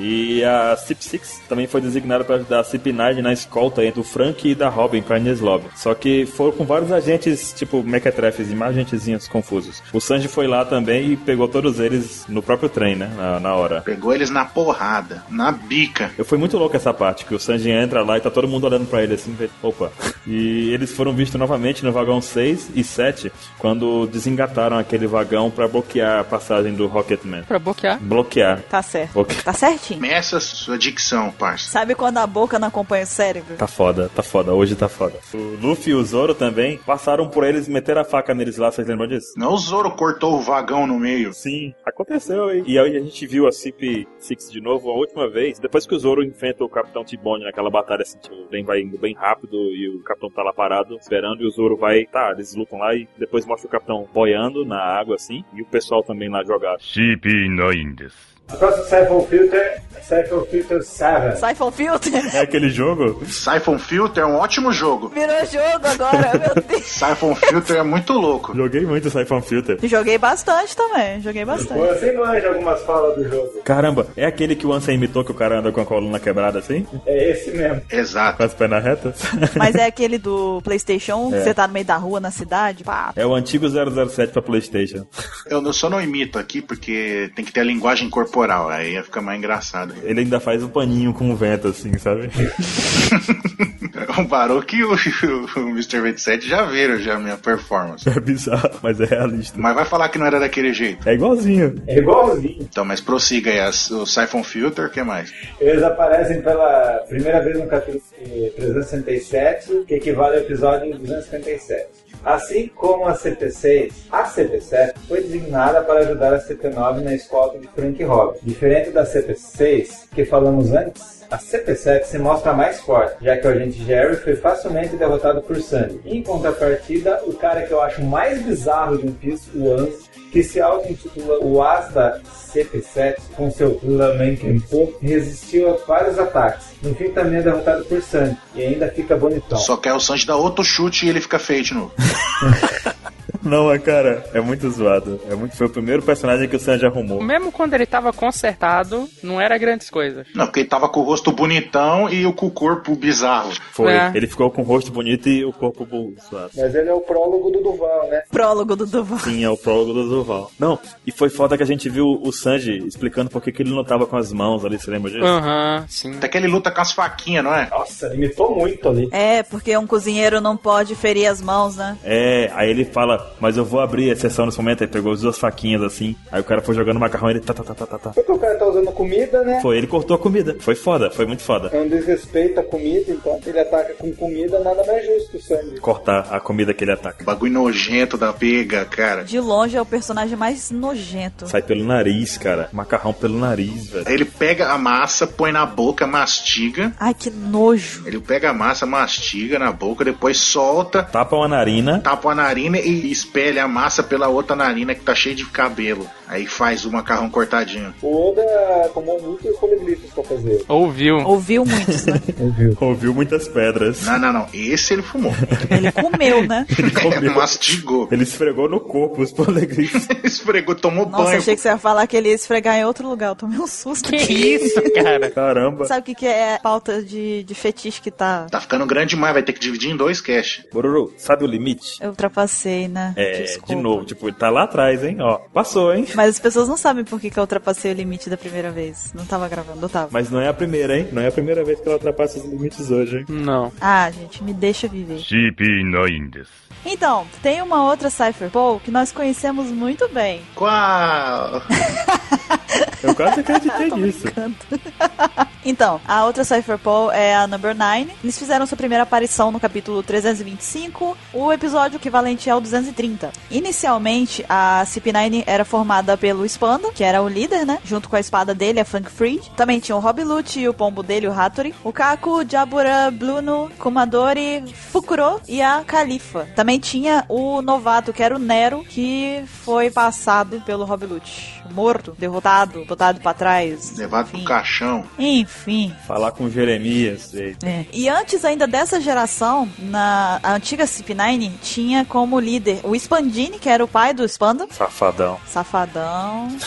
E a CIP-6 também foi designada para ajudar a CIP-9 na escolta entre o Frank e da Robin para Neslob. Só que foram com vários agentes, tipo mequetrefes e mais agentezinhos confusos. O Sanji foi lá também e pegou todos eles no próprio trem, né? Na, na hora.
Pegou eles na porrada, na bica.
Eu fui muito louco essa parte, que o Sanji entra lá e tá todo mundo olhando pra ele assim, vê- opa. E eles foram vistos novamente no vagão 6 e 7, quando desengataram aquele vagão pra bloquear a passagem do Rocketman.
Pra bloquear.
Bloquear.
Tá certo.
Ok.
Tá certinho.
Começa a sua dicção, parça.
Sabe quando a boca não acompanha o cérebro?
Tá foda, tá foda, hoje tá foda. O Luffy e o Zoro também passaram por eles, meteram a faca neles lá, vocês lembram disso?
Não, o Zoro cortou o vagão no meio.
Sim, aconteceu, hein? E aí a gente viu a CP6 de novo a última vez, depois que o Zoro enfrenta o Capitão T-Bone naquela batalha, assim, tipo, o trem vai indo bem rápido e o Capitão tá lá parado, esperando, e o Zoro vai, tá, eles lutam lá e depois mostra o Capitão boiando na água, assim, e o pessoal também lá jogado.
CP9 です。
O próximo Cypher Filter é Cypher Filter 7.
Siphon Filter
É aquele jogo?
Siphon Filter é um ótimo jogo.
virou jogo agora, meu Deus.
Siphon Filter é muito louco.
Joguei muito Siphon Filter.
Joguei bastante também, joguei bastante.
Você manja algumas falas do jogo.
Caramba, é aquele que o Ansem imitou que o cara anda com a coluna quebrada assim?
É esse mesmo.
Com
Exato.
as pernas retas?
Mas é aquele do PlayStation 1, que
É.
você tá no meio da rua, na cidade, pá.
É o antigo 007 pra Playstation.
Eu não- só não imito aqui porque tem que ter a linguagem corporal, aí ia ficar mais engraçado.
Ele ainda faz um paninho com o vento, assim, sabe?
O Baroque e o, o Mr. 27 já viram já a minha performance.
É bizarro, mas é realista.
Mas vai falar que não era daquele jeito.
É igualzinho.
É igualzinho.
Então, mas prossiga aí, as- o Siphon Filter, o que mais?
Eles aparecem pela primeira vez no capítulo eh, 367, que equivale ao episódio 257. Assim como a CP6, a CP7 foi designada para ajudar a CP9 na escolta de Frank Robin. Diferente da CP6, que falamos antes, a CP7 se mostra mais forte, já que o agente Jerry foi facilmente derrotado por Sandy. Em contrapartida, o cara que eu acho mais bizarro de um piso, o Anz, que se auto-intitula o As da CP7 com seu Lamenkenpo, resistiu a vários ataques. No fim, também é derrotado por Sandy e ainda fica bonitão.
Só que aí o Sanji dá outro chute e ele fica feio de novo.
Não, mas, cara, é muito zoado. É muito... Foi o primeiro personagem que o Sanji arrumou.
Mesmo quando ele tava consertado, não era grandes coisas.
Não, porque ele tava com o rosto bonitão e o com o corpo bizarro.
Foi.
É.
Ele ficou com o rosto bonito e o corpo bu- zoado.
Mas ele é o prólogo do Duval, né?
Prólogo do Duval.
Sim, é o prólogo do Zuval. Não, e foi foda que a gente viu o Sanji explicando por que que ele não tava com as mãos ali, você lembra disso?
Aham, sim.
Até que ele luta com as faquinhas, não é?
Nossa, limitou muito ali.
É, porque um cozinheiro não pode ferir as mãos, né?
É, aí ele fala, mas eu vou abrir a sessão nesse momento. Aí pegou as duas faquinhas assim, aí o cara foi jogando macarrão e ele tá, tá, tá, tá, tá, tá.
Porque o cara tá usando comida, né?
Foi, ele cortou a comida. Foi foda, foi muito foda.
É um desrespeito à comida, então ele ataca com comida, nada mais justo que o sangue.
Cortar a comida que ele ataca.
Bagulho nojento da pega, cara.
De longe é o personagem mais nojento.
Sai pelo nariz, cara. Macarrão pelo nariz, velho.
Ele pega a massa, põe na boca, mastiga.
Ai, que nojo.
Ele pega a massa, mastiga na boca, depois solta,
Tapa uma narina.
tapa a narina e espelha a massa pela outra narina que tá cheia de cabelo. Aí faz o macarrão cortadinho.
O Oda tomou muitos poliglitos pra fazer.
Ouviu.
Ouviu muitos, né?
Ouviu muitas pedras.
Não, não, não. Esse ele fumou.
Ele comeu, né?
Ele mastigou.
Ele esfregou no corpo os polegritos.
Esfregou, tomou
Nossa,
banho.
achei que você ia falar que ele ia esfregar em outro lugar. Eu tomei um susto.
Que isso, cara?
Caramba.
Sabe o que, que é pauta de, de fetiche que tá.
Tá ficando grande demais, vai ter que dividir em dois cash.
Bororo, sabe o limite?
Eu ultrapassei, né?
É,
Desculpa.
de novo, tipo, ele tá lá atrás, hein? Ó, passou, hein?
Mas as pessoas não sabem por que, que eu ultrapassei o limite da primeira vez. Não tava gravando, eu tava.
Mas não é a primeira, hein? Não é a primeira vez que ela ultrapassa os limites hoje, hein?
Não.
Ah, gente, me deixa viver.
CP9 です。
Então, tem uma outra Cypherpole que nós conhecemos muito bem.
Qual?
Eu quase acreditei nisso.
Então, a outra Cypherpole é a Number 9. Eles fizeram sua primeira aparição no capítulo 325, o episódio equivalente é ao 230. Inicialmente, a CP9 era formada pelo Spanda, que era o líder, né? Junto com a espada dele, a Funk Freed. Também tinha o Rob Lute e o pombo dele, o Hattori. O Kaku, Jabura, Bruno, Kumadori, Fukuro e a Califa. Também tinha o novato, que era o Nero, que foi passado pelo Rob Lute. Morto, derrotado, botado pra trás.
Levado pro
enfim.
caixão.
Enfim.
Falar com Jeremias. e-
É. E antes ainda dessa geração, na a antiga CP9 tinha como líder o Spandini, que era o pai do Spanda,
Safadão.
safadão.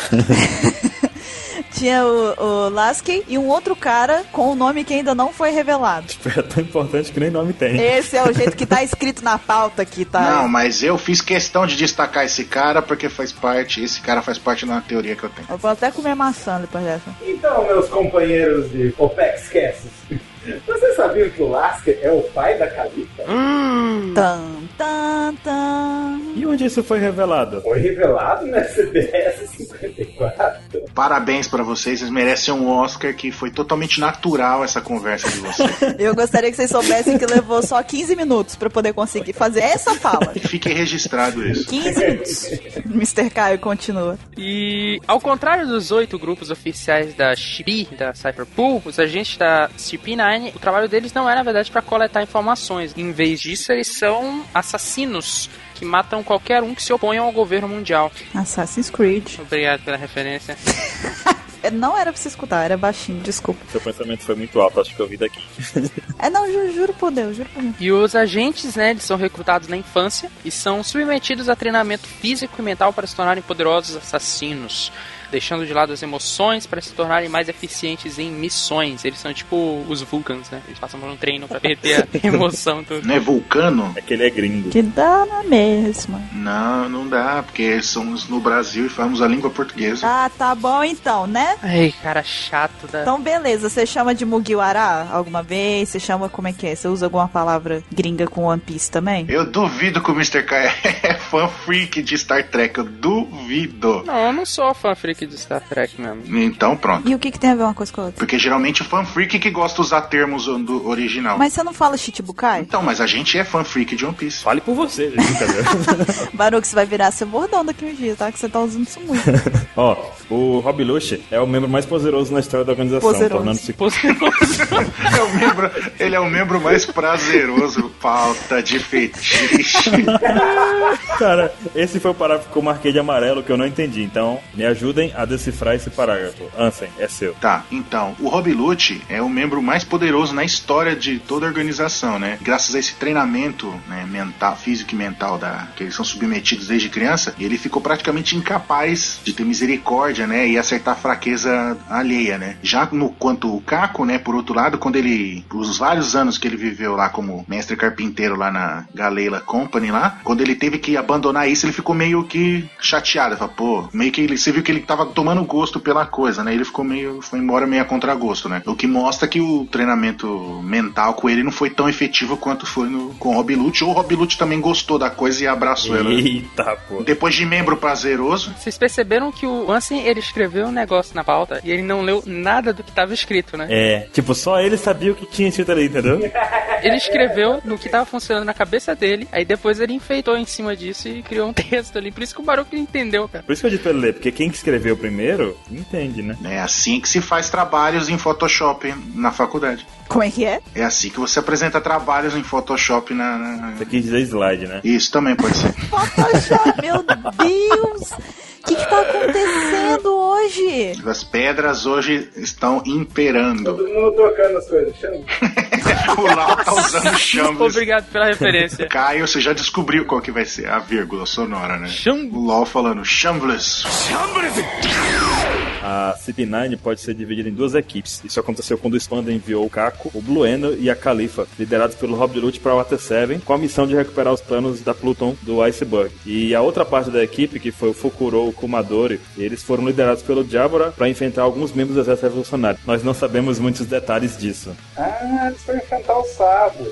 tinha o, o Lasky e um outro cara com o nome que ainda não foi revelado.
Tipo, é tão importante que nem nome tem.
Esse é o jeito que tá escrito na pauta aqui, tá?
Não, mas eu fiz questão de destacar esse cara porque faz parte, esse cara faz parte da teoria que eu tenho.
Eu vou até comer maçã depois dessa.
Então, meus companheiros de OPEX Casses, vocês sabiam que o Lasker é o pai da Califa?
Tan, tan, tan.
E onde isso foi revelado?
Foi revelado na CBS 54.
Parabéns pra vocês, vocês merecem um Oscar que foi totalmente natural essa conversa de vocês.
Eu gostaria que vocês soubessem que levou só 15 minutos pra eu poder conseguir fazer essa fala.
Fique registrado isso.
15 minutos. Mr. Caio continua.
E ao contrário dos oito grupos oficiais da CP, da Cyberpool, os agentes da CP9, o trabalho deles não é, na verdade, para coletar informações. Em vez disso, eles são assassinos que matam qualquer um que se oponha ao governo mundial.
Assassin's Creed.
Obrigado pela referência.
É, Não era pra se escutar, era baixinho, desculpa.
Seu pensamento foi muito alto, acho que eu vi daqui.
É, não, ju- juro por Deus, juro por Deus.
E os agentes, né, eles são recrutados na infância e são submetidos a treinamento físico e mental para se tornarem poderosos assassinos, deixando de lado as emoções para se tornarem mais eficientes em missões. Eles são tipo os Vulcans, né? Eles passam por um treino para perder a emoção do...
Não é vulcano?
É que ele é gringo.
Que é dá na mesma.
Não, não dá, porque somos no Brasil e falamos a língua portuguesa.
Ah, tá bom então, né?
Ai, cara chato da...
Então, beleza, você chama de Mugiwara alguma vez? Você chama, como é que é? Você usa alguma palavra gringa com One Piece também?
Eu duvido que o Mr. Kai é fã freak de Star Trek, eu duvido.
Não, eu não sou fã freak de Star Trek mesmo.
Então pronto.
E o que, que tem a ver uma coisa com a outra?
Porque geralmente o fan freak que gosta de usar termos do original.
Mas você não fala Shichibukai?
Então, mas a gente é fan freak de One Piece.
Fale por você, gente, entendeu?
Baruque, você vai virar seu bordão daqui um dia, tá? Que você tá usando isso muito.
Ó, o Rob Lush é o membro mais poderoso na história da organização,
Poderoso.
tornando-se
Ele é o membro, ele é o membro mais prazeroso. Falta de fetiche.
Cara, esse foi o parágrafo que eu marquei de amarelo que eu não entendi. Então, me ajudem a decifrar esse parágrafo. Ansem, é seu.
Tá, então, o Rob Lute é o membro mais poderoso na história de toda a organização, né? Graças a esse treinamento né, mental, físico e mental da, que eles são submetidos desde criança, ele ficou praticamente incapaz de ter misericórdia, né? E acertar a fraqueza alheia, né? Já no quanto o Caco, né? Por outro lado, quando ele. Os vários anos que ele viveu lá como mestre carpinteiro lá na Galeila Company lá, quando ele teve que ab- abandonar isso, ele ficou meio que chateado. Ele Falou, pô, meio que ele, você viu que ele tava tomando gosto pela coisa, né? Ele ficou meio, foi embora meio a contragosto, né? O que mostra que o treinamento mental com ele não foi tão efetivo quanto foi no, com o Rob Lute. Ou o Rob Lute também gostou da coisa e abraçou ela. né?
Eita, pô.
Depois de membro prazeroso,
Vocês perceberam que o Ansem, ele escreveu um negócio na pauta e ele não leu nada do que tava escrito, né?
É, tipo, só ele sabia o que tinha escrito ali, entendeu?
Ele escreveu no que tava funcionando na cabeça dele, aí depois ele enfeitou em cima disso e criou um texto ali. Por isso que o Baruch entendeu, cara.
Por isso que eu disse pra ele ler, porque quem que escreveu primeiro, entende, né?
é assim que se faz trabalhos em Photoshop na faculdade.
Como é que é?
É assim que você apresenta trabalhos em Photoshop na. na-
Isso aqui dizer slide, né?
Isso também pode ser.
Photoshop, meu Deus! O que, que tá acontecendo hoje?
As pedras hoje estão imperando.
Todo mundo trocando as coisas. Chama.
O Lau tá usando chambres.
Obrigado pela referência.
Caio, você já descobriu qual que vai ser a vírgula sonora, né?
Chum-
O LOL falando Chambliss.
A CP9 pode ser dividida em duas equipes. Isso aconteceu quando o Spanda enviou o Kako, o Blue Ender e a Califa, liderados pelo Rob DeLutte para o Water 7, com a missão de recuperar os planos da Pluton do Iceberg. E a outra parte da equipe, que foi o Fukuro o Kumadori, eles foram liderados pelo Diabora para enfrentar alguns membros do Exército Revolucionário. Nós não sabemos muitos detalhes disso.
Ah, eles foram enfrentar o sapo.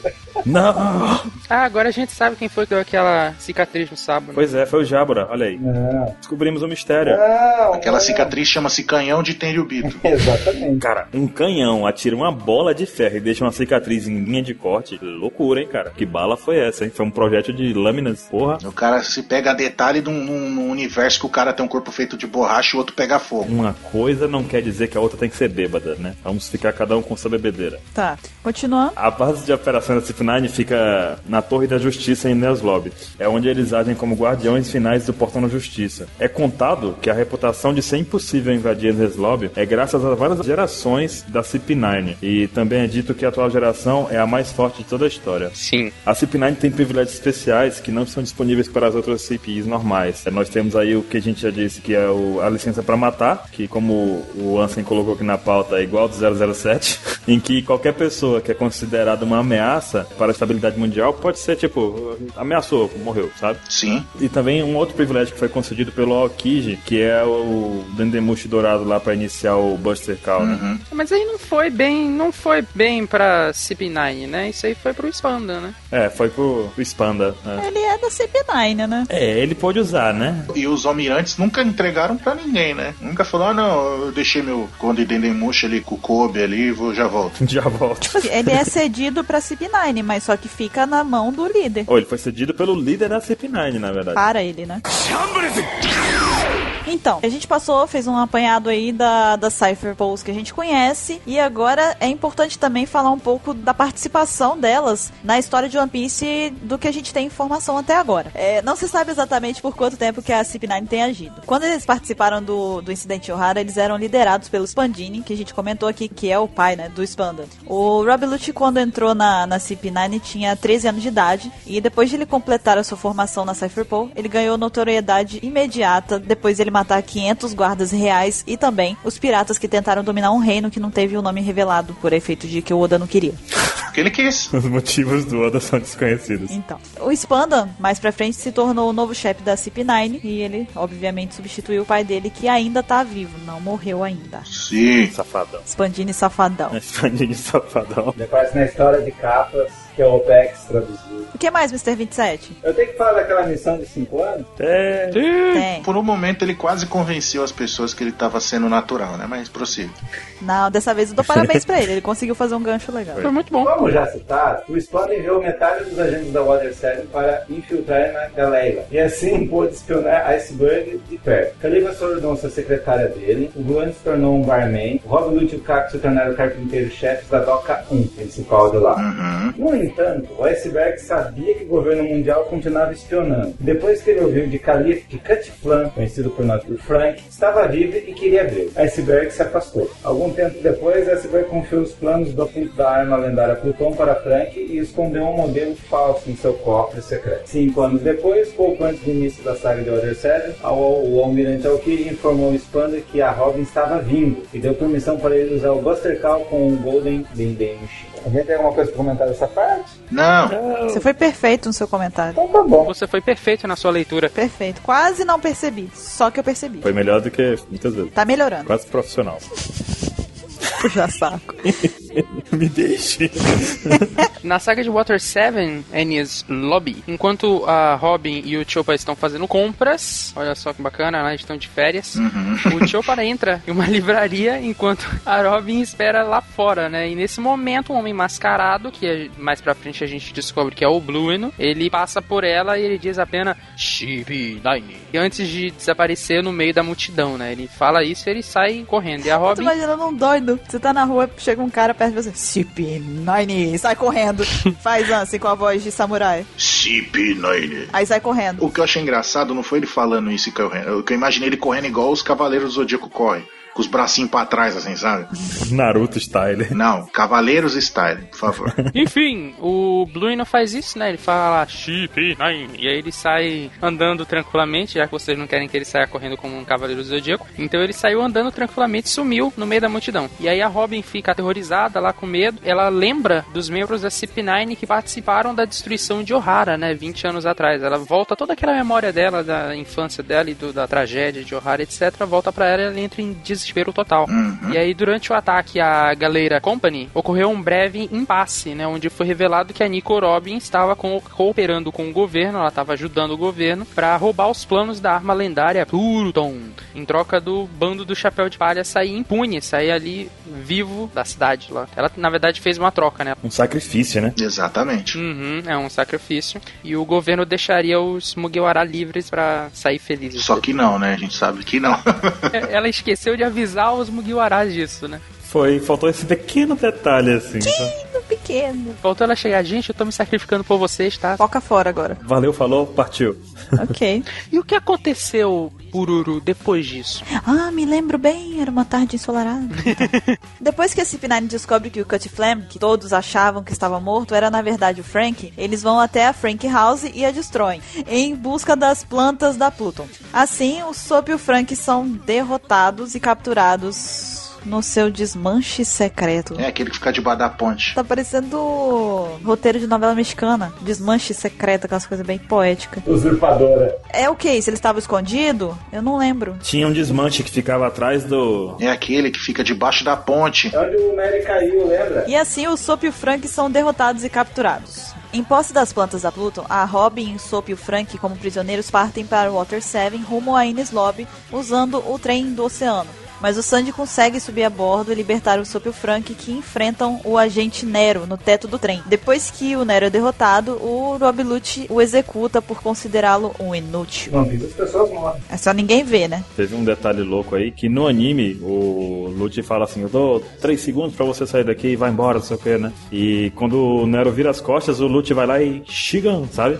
Não!
ah, agora a gente sabe quem foi que deu aquela cicatriz no sábado. né?
Pois é, foi o Diabora, olha aí.
Não.
Descobrimos um mistério.
Não.
Aquela
não. é.
cicatriz chama-se canhão de Tenryubito.
Exatamente.
Cara, um canhão atira uma bola de ferro e deixa uma cicatriz em linha de corte. Loucura, hein, cara? Que bala foi essa, hein? Foi um projétil de lâminas, porra.
O cara se pega a detalhe um, num, num- num universo que o cara tem um corpo feito de borracha e o outro pega fogo.
Uma coisa não quer dizer que a outra tem que ser bêbada, né? Vamos ficar cada um com sua bebedeira.
Tá, continuando.
A base de operação da Cif9 fica na Torre da Justiça em Neos Lobby. É onde eles agem como guardiões finais do Portão da Justiça. É contado que a reputação de ser impossível invadir Neos Lobby é graças a várias gerações da Cip9. E também é dito que a atual geração é a mais forte de toda a história.
Sim.
A CIP9 tem privilégios especiais que não são disponíveis para as outras CPIs normais. É, Nós temos aí o que a gente já disse, que é o- a licença para matar, que como o Ansem colocou aqui na pauta, é igual ao do 007, em que qualquer pessoa que é considerada uma ameaça para a estabilidade mundial pode ser, tipo, ameaçou, morreu, sabe?
Sim.
E também um outro privilégio que foi concedido pelo Aokiji, que é o Dendemushi dourado lá para iniciar o Buster Call, né?
Mas aí não foi bem, não foi bem pra CP9, né? Isso aí foi pro Spanda, né?
É, foi pro pro Spanda, né?
Ele é da CP9, né?
É, ele pôde usar, né?
E os almirantes nunca entregaram pra ninguém, né? Nunca falaram, ah, não, eu deixei meu Conde Dendemush ali com o Kobe ali, vou, já volto.
Já volto.
Ele é cedido pra CP9, mas só que fica na mão do líder.
Ou ele foi cedido pelo líder da CP9, na verdade.
Para ele, né? Então, a gente passou, fez um apanhado aí da, da Cypher Pulse que a gente conhece. E agora é importante também falar um pouco da participação delas na história de One Piece do que a gente tem informação até agora. É, não se sabe exatamente por quanto tempo que a CP9 tem agido. Quando eles participaram do, do incidente O'Hara, eles eram liderados pelo Spandini, que a gente comentou aqui, que é o pai, né, do Spanda. O Rob Lucci, quando entrou na, na CP9, tinha 13 anos de idade. E depois de ele completar a sua formação na Cypherpole, ele ganhou notoriedade imediata depois de ele matar 500 guardas reais e também os piratas que tentaram dominar um reino que não teve o nome revelado, por efeito de que o Oda não queria.
Porque ele quis.
Os motivos do Oda são desconhecidos.
Então, o Spanda, mais pra frente, se tornou o novo chefe da CP9 e ele, obviamente, substituiu o pai dele, que ainda tá vivo, não morreu ainda.
Sim.
Safadão.
Spandini safadão.
É. Espandinho safadão.
Depois na história de capas, que é o OPEX traduzido.
O que mais, Mr. 27?
Eu tenho que falar daquela missão de 5 anos?
É.
Tem.
Por um momento ele quase convenceu as pessoas que ele tava sendo natural, né? Mas prossiga.
Não, dessa vez eu dou parabéns pra ele. Ele conseguiu fazer um gancho legal.
Foi muito bom.
Como já citado, o Spawn enviou metade dos agentes da Water 7 para infiltrar na Galeila, e assim pôde espionar Iceberg de perto. Caliba Sordon, sua secretária dele, o Luan se tornou um barman, o Rob Lute e o Caco se tornaram carpinteiros-chefes da Doca 1, principal de lá.
Uhum.
No entanto, o Iceberg sabia que o governo mundial continuava espionando. Depois que ele ouviu de Calif que Cut Flan, conhecido por nós por Frank, estava livre e queria ver. Iceberg se afastou. Algum tempo depois, Iceberg confiou os planos do apelido da arma lendária Pluton para Frank e escondeu um modelo falso em seu cofre secreto. Cinco anos depois, pouco antes do início da saga de Order 7, ao- o almirante Alkid informou o Spander que a Robin estava vindo e deu permissão para ele usar o Buster Call com o Golden Dendem. Alguém tem alguma coisa para comentar dessa parte? verdade?
Não,
Não.
Você foi perfeito no seu comentário.
Então tá bom.
Você foi perfeito na sua leitura.
Perfeito. Quase não percebi. Só que eu percebi.
Foi melhor do que muitas vezes.
Tá melhorando.
Quase profissional.
Puxa saco.
Me deixe.
Na saga de Water 7, Annie's Lobby, enquanto a Robin e o Chopa estão fazendo compras, olha só que bacana, lá eles estão de férias, o Chopa entra em uma livraria enquanto a Robin espera lá fora, né? E nesse momento, um homem mascarado, que é- mais pra frente a gente descobre que é o Blueno, ele passa por ela e ele diz apenas CB9. E antes de desaparecer no meio da multidão, né? Ele fala isso e ele sai correndo. E a
Tô
Robin
imaginando um doido. Você tá na rua, chega um cara perto de você. CP9. Sai correndo. Faz assim com a voz de samurai.
CP9.
Aí sai correndo.
O que eu achei engraçado não foi ele falando isso e correndo. O que eu imaginei ele correndo igual os Cavaleiros do Zodíaco correm. Com os bracinhos pra trás, assim, sabe?
Naruto style.
Não, Cavaleiros Style, por favor.
Enfim, o Blue não faz isso, né? Ele fala chip, nine. E aí ele sai andando tranquilamente, já que vocês não querem que ele saia correndo como um cavaleiro do zodíaco. Então ele saiu andando tranquilamente e sumiu no meio da multidão. E aí a Robin fica aterrorizada lá com medo. Ela lembra dos membros da CP9 que participaram da destruição de O'Hara, né? 20 anos atrás. Ela volta toda aquela memória dela, da infância dela e do- da tragédia de O'Hara, etc. Volta pra ela e ela entra em desespero total. E aí, durante o ataque à Galeira Company, ocorreu um breve impasse, né? Onde foi revelado que a Nico Robin estava co- cooperando com o governo, ela estava ajudando o governo para roubar os planos da arma lendária Pluton, em troca do bando do Chapéu de Palha sair impune, sair ali vivo da cidade lá. Ela, na verdade, fez uma troca, né?
Um sacrifício, né?
Exatamente.
Uhum, é um sacrifício. E o governo deixaria os Mugiwara livres para sair felizes.
Só que não, né? A gente sabe que não.
Ela esqueceu de avisar os Mugiwaras disso, né?
Foi, faltou esse pequeno detalhe assim. tá?
Pequeno.
Faltou ela chegar, gente, eu tô me sacrificando por vocês, tá?
Foca fora agora.
Valeu, falou, partiu.
Ok.
E o que aconteceu, Pururu, depois disso?
Ah, me lembro bem, era uma tarde ensolarada. Depois que a CP9 descobre que o Cut Flam, que todos achavam que estava morto, era na verdade o Frank, eles vão até a Frank House e a destroem, em busca das plantas da Pluton. Assim, o Soap e o Frank são derrotados e capturados no seu desmanche secreto.
É aquele que fica debaixo da ponte.
Tá parecendo roteiro de novela mexicana. Desmanche secreto, aquelas coisas bem poéticas.
Usurpadora.
É o que isso? Ele estava escondido? Eu não lembro.
Tinha um desmanche que ficava atrás do.
É aquele que fica debaixo da ponte.
É onde o Mary caiu, lembra?
E assim, o Soap e o Frank são derrotados e capturados. Em posse das plantas da Pluton, a Robin, o Soap e o Frank, como prisioneiros, partem para Water 7 rumo a Innes Lobby, usando o trem do oceano. Mas o Sandy consegue subir a bordo e libertar o Soap e o Frank, que enfrentam o agente Nero no teto do trem. Depois que o Nero é derrotado, o Rob Lute o executa por considerá-lo um inútil.
Não, as pessoas morrem.
É só ninguém ver, né?
Teve um detalhe louco aí que no anime o Lute fala assim: Eu dou três segundos pra você sair daqui e vai embora, não sei o que, né? E quando o Nero vira as costas, o Lute vai lá e Shigan, sabe?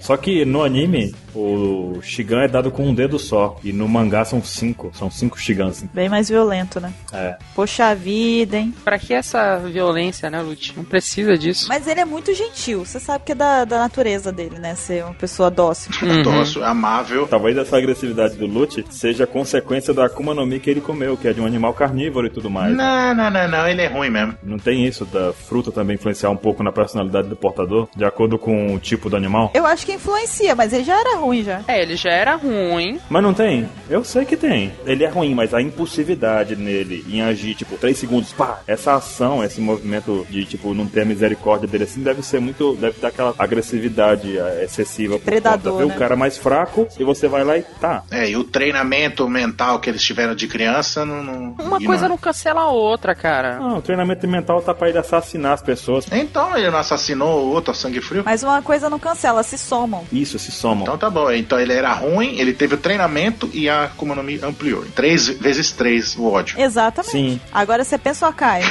Só que no anime o Shigan é dado com um dedo só. E no mangá são cinco. São cinco Shigans. assim.
Bem mais violento, né?
É.
Poxa vida, hein?
Pra que essa violência, né, Lute? Não precisa disso.
Mas ele é muito gentil. Você sabe que é da, da natureza dele, né? Ser uma pessoa dócil.
Uhum.
Tosso, amável.
Talvez essa agressividade do Lute seja consequência da Akuma no Mi que ele comeu, que é de um animal carnívoro e tudo mais. né?
Não, não, não, não, ele é ruim mesmo.
Não tem isso da fruta também influenciar um pouco na personalidade do portador, de acordo com o tipo do animal?
Eu acho que influencia, mas ele já era ruim já.
É, ele já era ruim.
Mas não tem? Eu sei que tem. Ele é ruim, mas a impulsividade nele em agir, tipo, três segundos, pá! Essa ação, esse movimento de, tipo, não ter a misericórdia dele assim, deve ser muito. deve dar aquela agressividade eh, excessiva. por
Predador,
conta. Vê
né?
o cara mais fraco e você vai lá e tá.
É, e o treinamento mental que eles tiveram de criança não. não-
Uma
e
coisa não cancela a outra, cara.
Não, o treinamento mental tá pra ele assassinar as pessoas.
Então ele não assassinou o outro a sangue frio?
Mas uma coisa não cancela, se somam.
Isso, se somam.
Então tá bom. Então ele era ruim, ele teve o treinamento e a Akuma no Mi ampliou. Três vezes três o ódio.
Exatamente.
Sim.
Agora você pensa o Akai.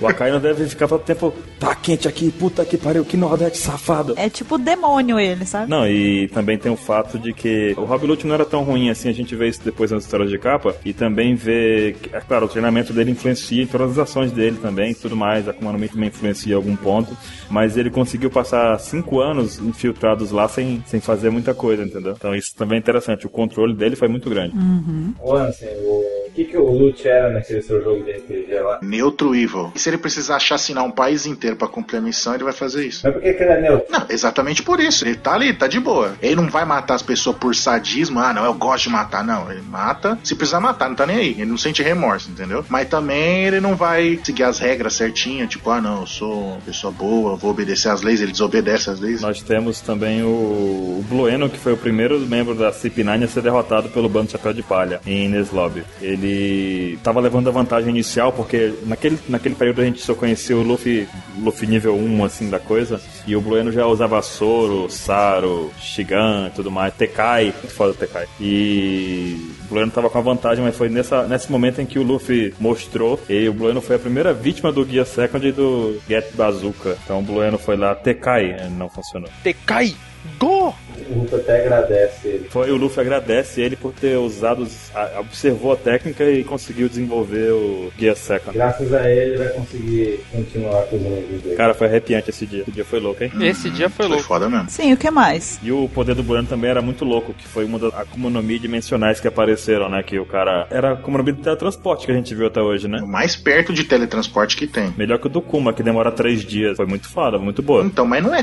O Akai não deve ficar todo tempo, tá quente aqui, puta que pariu, que Nordeste safado.
é tipo demônio ele, sabe?
Não, e também tem o fato de que o Rob Lute não era tão ruim assim, a gente vê isso depois nas histórias de capa, e também vê, que, é claro, o treinamento dele influencia em todas as ações dele também, e tudo mais, a Akuma no Mi também influencia em algum ponto, mas ele conseguiu passar cinco anos infiltrados lá sem, sem fazer muita coisa, entendeu? Então isso também é interessante, o controle dele foi muito grande.
Uhum. O Ansem, o... o que, que o Lute era naquele seu jogo de RPG lá?
Neutro Evil. E se ele precisar chacinar um país inteiro pra cumprir a missão, ele vai fazer isso.
Mas por que que ele é neutro?
Não, exatamente por isso. Ele tá ali, tá de boa. Ele não vai matar as pessoas por sadismo. Ah, não, eu gosto de matar. Não, ele mata. Se precisar matar, não tá nem aí. Ele não sente remorso, entendeu? Mas também ele não vai seguir as regras certinho. Tipo, ah, não, eu sou uma pessoa boa, eu vou obedecer às leis. Ele desobedece às leis.
Nós temos também o, o Blueno, que foi o primeiro membro da CP9 a ser derrotado pelo bando Chapéu de Palha em Ines Lobby. Ele tava levando a vantagem inicial, porque naquele, naquele período a gente só conhecia o Luffy, Luffy nível 1, assim, da coisa, e o Blueno já usava Soro, Saro, Shigan e tudo mais, Tekai, muito foda o Tekai. E o Blueno tava com a vantagem, mas foi nessa, nesse momento em que o Luffy mostrou, e o Blueno foi a primeira vítima do Guia Second e do Get Bazooka. Então o Blueno foi lá, Tekai, é, não funcionou.
Tekai Go!
O Luffy até agradece ele.
Foi o Luffy agradece ele por ter usado, os- a- observou a técnica e conseguiu desenvolver o Guia Second.
Graças a ele, ele vai conseguir continuar com os amigos dele.
Cara, foi arrepiante esse dia. Esse dia foi louco, hein?
Esse dia foi
Foi
louco.
é foda mesmo.
Sim, o que mais?
E o poder do Bueno também era muito louco, que foi uma das Akuma no Mi dimensionais que apareceram, né? Que o cara. Era a Akuma no Mi do teletransporte que a gente viu até hoje, né?
É O mais perto de teletransporte que tem.
Melhor que o do Kuma, que demora três dias. Foi muito foda, muito boa.
Então, mas não é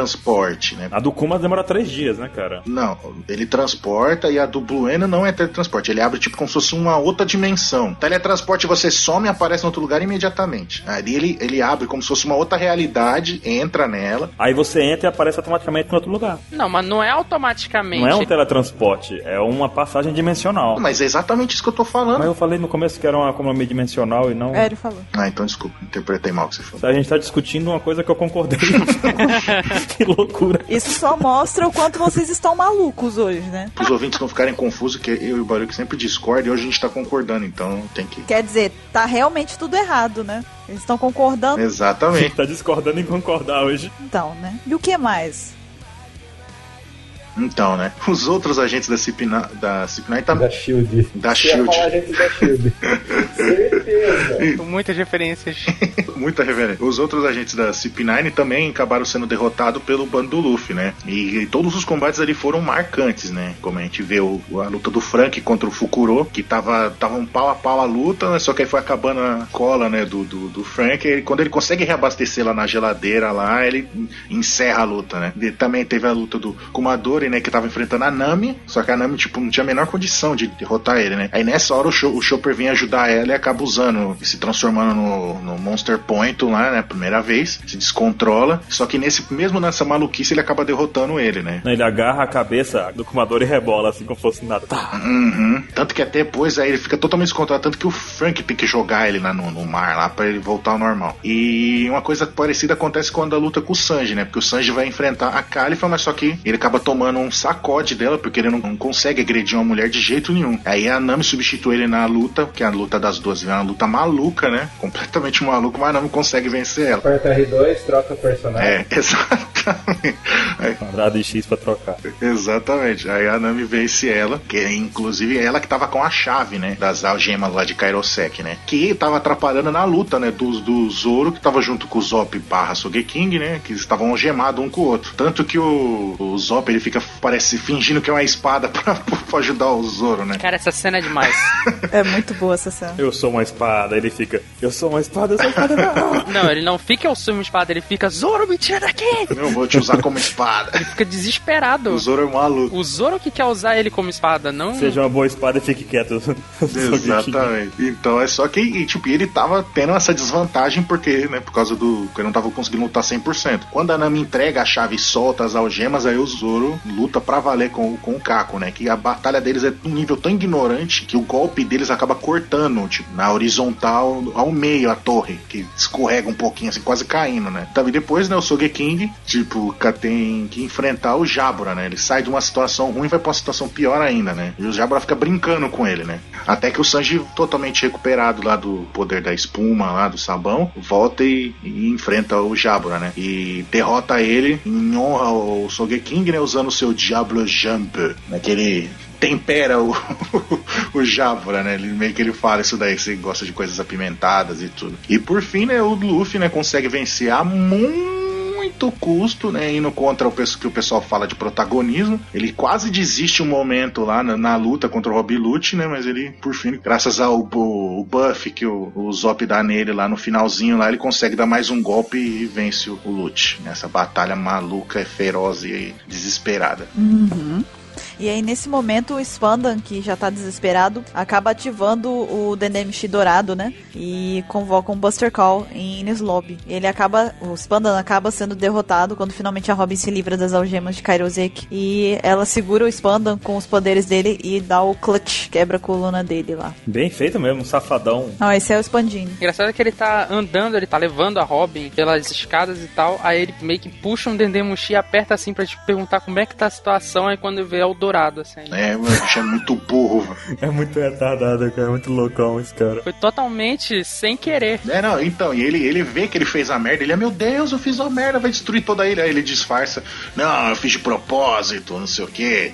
teletransporte, né?
A do Kuma demora três dias, né, cara?
Não, ele transporta e a do Bluena não é teletransporte. Ele abre tipo como se fosse uma outra dimensão. Teletransporte você some e aparece em outro lugar imediatamente. Ali ele, ele abre como se fosse uma outra realidade, entra nela.
Aí você entra e aparece automaticamente em outro lugar.
Não, mas não é automaticamente.
Não é um teletransporte, é uma passagem dimensional.
Mas é exatamente isso que eu tô falando.
Mas eu falei no começo que era uma Akuma no Mi dimensional e não.
É, ele falou.
Ah, então desculpa, interpretei mal o que você falou.
A gente tá discutindo uma coisa que eu concordei. que loucura.
Isso só mostra o quanto vocês estão malucos hoje, né?
Os ouvintes não ficarem confusos, que eu e o Baruch sempre discordam e hoje a gente tá concordando, então tem que.
Quer dizer, tá realmente tudo errado, né? Eles estão concordando
A
Exatamente.
gente tá discordando em concordar hoje.
então, né? E o que mais?
Então, né? Os outros agentes da CIP9 da CIP9 tá.
Da Shield.
Da
Você ia
Shield.
falar gente da Shield. Certeza.
Com muitas referências.
Muita reverência. Os outros agentes da CP9 também acabaram sendo derrotados pelo bando do Luffy, né? E, e todos os combates ali foram marcantes, né? Como a gente vê o- a luta do Frank contra o Fukuro, que tava, tava um pau a pau a luta, né? Só que aí foi acabando a cola, né? Do, do, do Frank. E ele- quando ele consegue reabastecer lá na geladeira, lá, ele encerra a luta, né? E também teve a luta do Kumadori, né? Que tava enfrentando a Nami, só que a Nami, tipo, não tinha a menor condição de derrotar ele, né? Aí nessa hora o, Cho- o Chopper vem ajudar ela e acaba usando, se transformando no, no Monster Point lá, né? Primeira vez, se descontrola. Só que nesse mesmo nessa maluquice ele acaba derrotando ele, né?
Não, Ele agarra a cabeça do Kumador e rebola, assim como fosse nada. Tá.
Uhum. Tanto que até depois aí ele fica totalmente descontrolado, tanto que o Frank tem que jogar ele lá no, no mar lá pra ele voltar ao normal. E uma coisa parecida acontece quando a luta com o Sanji, né? Porque o Sanji vai enfrentar a Califa, mas só que ele acaba tomando um sacode dela, porque ele não, não consegue agredir uma mulher de jeito nenhum. Aí a Nami substitui ele na luta, que é a luta das duas, é uma luta maluca, né? Completamente maluca, mas a Nami consegue vencer ela.
Aperta R2, troca o personagem.
É, exatamente. Aí-
Quadrado e X pra trocar.
Exatamente. Aí a Nami vence ela, que é inclusive ela que tava com a chave, né? Das algemas lá de Kairosek, né? Que tava atrapalhando na luta, né? Do, do Zoro, que tava junto com o Zop barra Sogeking, né? Que eles estavam algemados um com o outro. Tanto que o, o Zop, ele fica, parece, fingindo que é uma espada pra, pra ajudar o Zoro, né?
Cara, essa cena é demais.
É muito boa essa cena.
Eu sou uma espada, ele fica. Eu sou uma espada, eu sou uma espada. não."
Não, ele não fica o sumo espada, ele fica Zoro, me tira daqui!
Eu vou te usar como espada.
Ele fica desesperado.
O Zoro é um maluco.
O Zoro que quer usar ele como espada, não.
Seja uma boa espada e fique quieto.
Exatamente. Então é só que e, tipo, ele tava tendo essa desvantagem porque, né, por causa do que ele não tava conseguindo lutar 100%. Quando a Nami entrega a chave e solta as algemas, aí o Zoro luta pra valer com, o- com o Kako, né? Que a batalha deles é num nível tão ignorante que o golpe deles acaba cortando, tipo, na horizontal ao meio a torre, que escorrega um pouquinho assim, quase caindo, né? Tá, e depois, né, o Sogeking, tipo, ca- tem que enfrentar o Jabra, né? Ele sai de uma situação ruim e vai pra uma situação pior ainda, né? E o Jabra fica brincando com ele, né? Até que o Sanji, totalmente recuperado lá do poder da espuma, lá do sabão, volta e, e enfrenta o Jabra, né? E derrota ele em honra ao Sogeking, né? Usando o seu Diablo Jump, né? Que ele tempera o, o Jabra, né? Ele meio que ele fala isso daí, que você gosta de coisas apimentadas e tudo. E por fim, né, o Luffy, né, consegue vencer a muito certo custo, né? Indo contra o que o pessoal fala de protagonismo. Ele quase desiste um momento lá na, na luta contra o Rob Lute, né? Mas ele, por fim, graças ao, ao buff que o, o Zop dá nele lá no finalzinho, lá ele consegue dar mais um golpe e vence o, o Lute. Nessa batalha maluca, é feroz e desesperada.
Uhum. E aí, nesse momento, o Spandan, que já tá desesperado, acaba ativando o Denemishi dourado, né? E convoca um Buster Call em Ines Lobby. Ele acaba, o Spandan acaba sendo derrotado quando finalmente a Robin se livra das algemas de Kairosek. E ela segura o Spandan com os poderes dele e dá o clutch, quebra a coluna dele lá.
Bem feito mesmo, um safadão.
Não, esse é o Spandini.
Engraçado é que ele tá andando, ele tá levando a Robin pelas escadas e tal. Aí ele meio que puxa um Dendemushi e aperta assim pra te perguntar como é que tá a situação. Aí quando vê é o dourado, assim.
É, o bicho é muito burro. velho.
É muito retardado, cara. É muito loucão esse cara.
Foi totalmente sem querer.
É, não, então, e ele, ele vê que ele fez a merda. Ele é, meu Deus, eu fiz uma merda, vai destruir toda a ilha. Aí ele disfarça. Não, eu fiz de propósito, não sei o quê.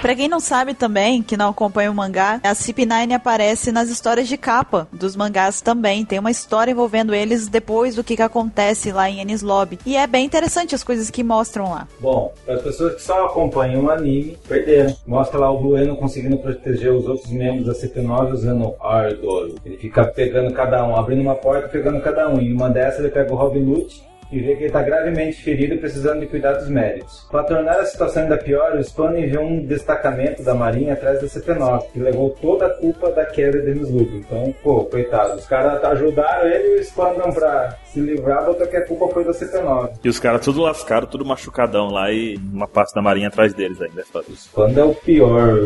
Pra quem não sabe também, que não acompanha o mangá, a CP9 aparece nas histórias de capa dos mangás também. Tem uma história envolvendo eles depois do que, que acontece lá em Ennis Lobby. E é bem interessante as coisas que mostram lá.
Bom, para as pessoas que só acompanham o anime, perderam. Mostra lá o Bueno conseguindo proteger os outros membros da CP9 usando Ardor. Ele fica pegando cada um, abrindo uma porta pegando cada um. E uma dessas ele pega o Robin Hood e vê que ele está gravemente ferido e precisando de cuidados médicos. Para tornar a situação ainda pior, o Spano enviou um destacamento da Marinha atrás da CP9, que levou toda a culpa da queda de Mislubo. Então, pô, coitado, os caras ajudaram ele e o Spano para se livrar, botou que a culpa foi da CP9.
E os caras tudo lascado, tudo machucadão lá e uma parte da marinha atrás deles ainda. é foda.
Quando é o pior.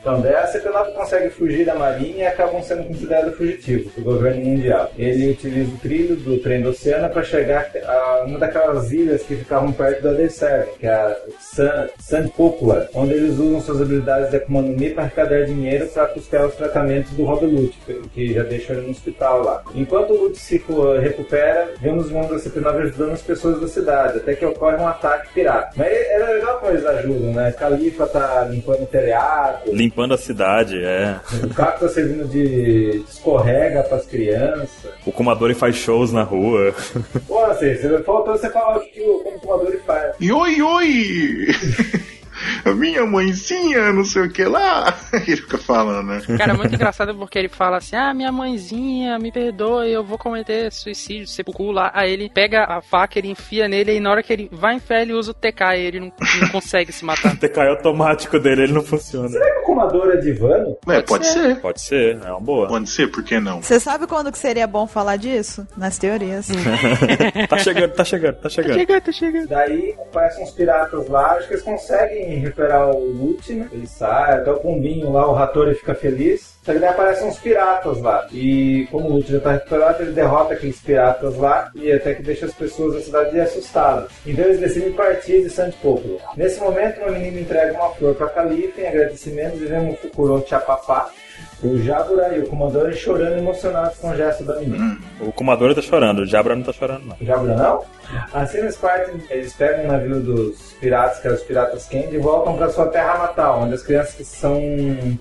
Então, daí a CP9 consegue fugir da marinha e acabam sendo considerados fugitivos do governo mundial. Ele utiliza o trilho do trem do oceano para chegar a uma daquelas ilhas que ficavam perto da Desert, que é a San, San Cúpula, onde eles usam suas habilidades de Akuma no Mi para arrecadar dinheiro para custear os tratamentos do Rob Lute, que já deixou ele no hospital lá. Enquanto o Lute se eh, recupera, vemos os membros da CP9 ajudando as pessoas da cidade, até que ocorre um ataque pirata. Mas era legal como eles ajudam, né? Califa tá limpando o telhado,
Limpando a cidade, é.
o Caco tá servindo de de escorrega pras crianças.
O Comadori faz shows na rua.
Pô, assim, você faltou você falar o que o computador faz.
E oi, oi! A Minha mãezinha, não sei o que lá. Ele fica falando, né?
Cara, é muito engraçado porque ele fala assim: Ah, minha mãezinha, me perdoe, eu vou cometer suicídio, sepulcro lá. Aí ele pega a faca, ele enfia nele, e na hora que ele vai enfiar, ele usa o TK e ele não, não consegue se matar.
O TK automático dele, ele não funciona.
Será que o comador é divano?
É, pode ser.
Pode ser, é uma boa.
Pode ser, por que não?
Você sabe quando que seria bom falar disso? Nas teorias.
Tá chegando, tá chegando, tá chegando.
Chega, tá
Uhum.
chegando.
Daí aparecem uns piratas lá, acho que eles conseguem recuperar o loot, né? Ele sai, até o pombinho lá, o Rator fica feliz. Só que daí aparecem uns piratas lá. E como o loot já tá recuperado, ele derrota aqueles piratas lá e até que deixa as pessoas da cidade assustadas. Então eles decidem partir de Santo Popolo. Nesse momento, uma menina entrega uma flor pra Califa em agradecimentos e vemos o Fukuro um Chapapá. O Jabura e o comandante chorando emocionados com o gesto da menina.
O Comadori tá chorando, o Jabra não tá chorando, não.
Já não? Assim eles partem, eles pegam o navio dos piratas, que eram os piratas Candy, e voltam para sua terra natal, onde as crianças que são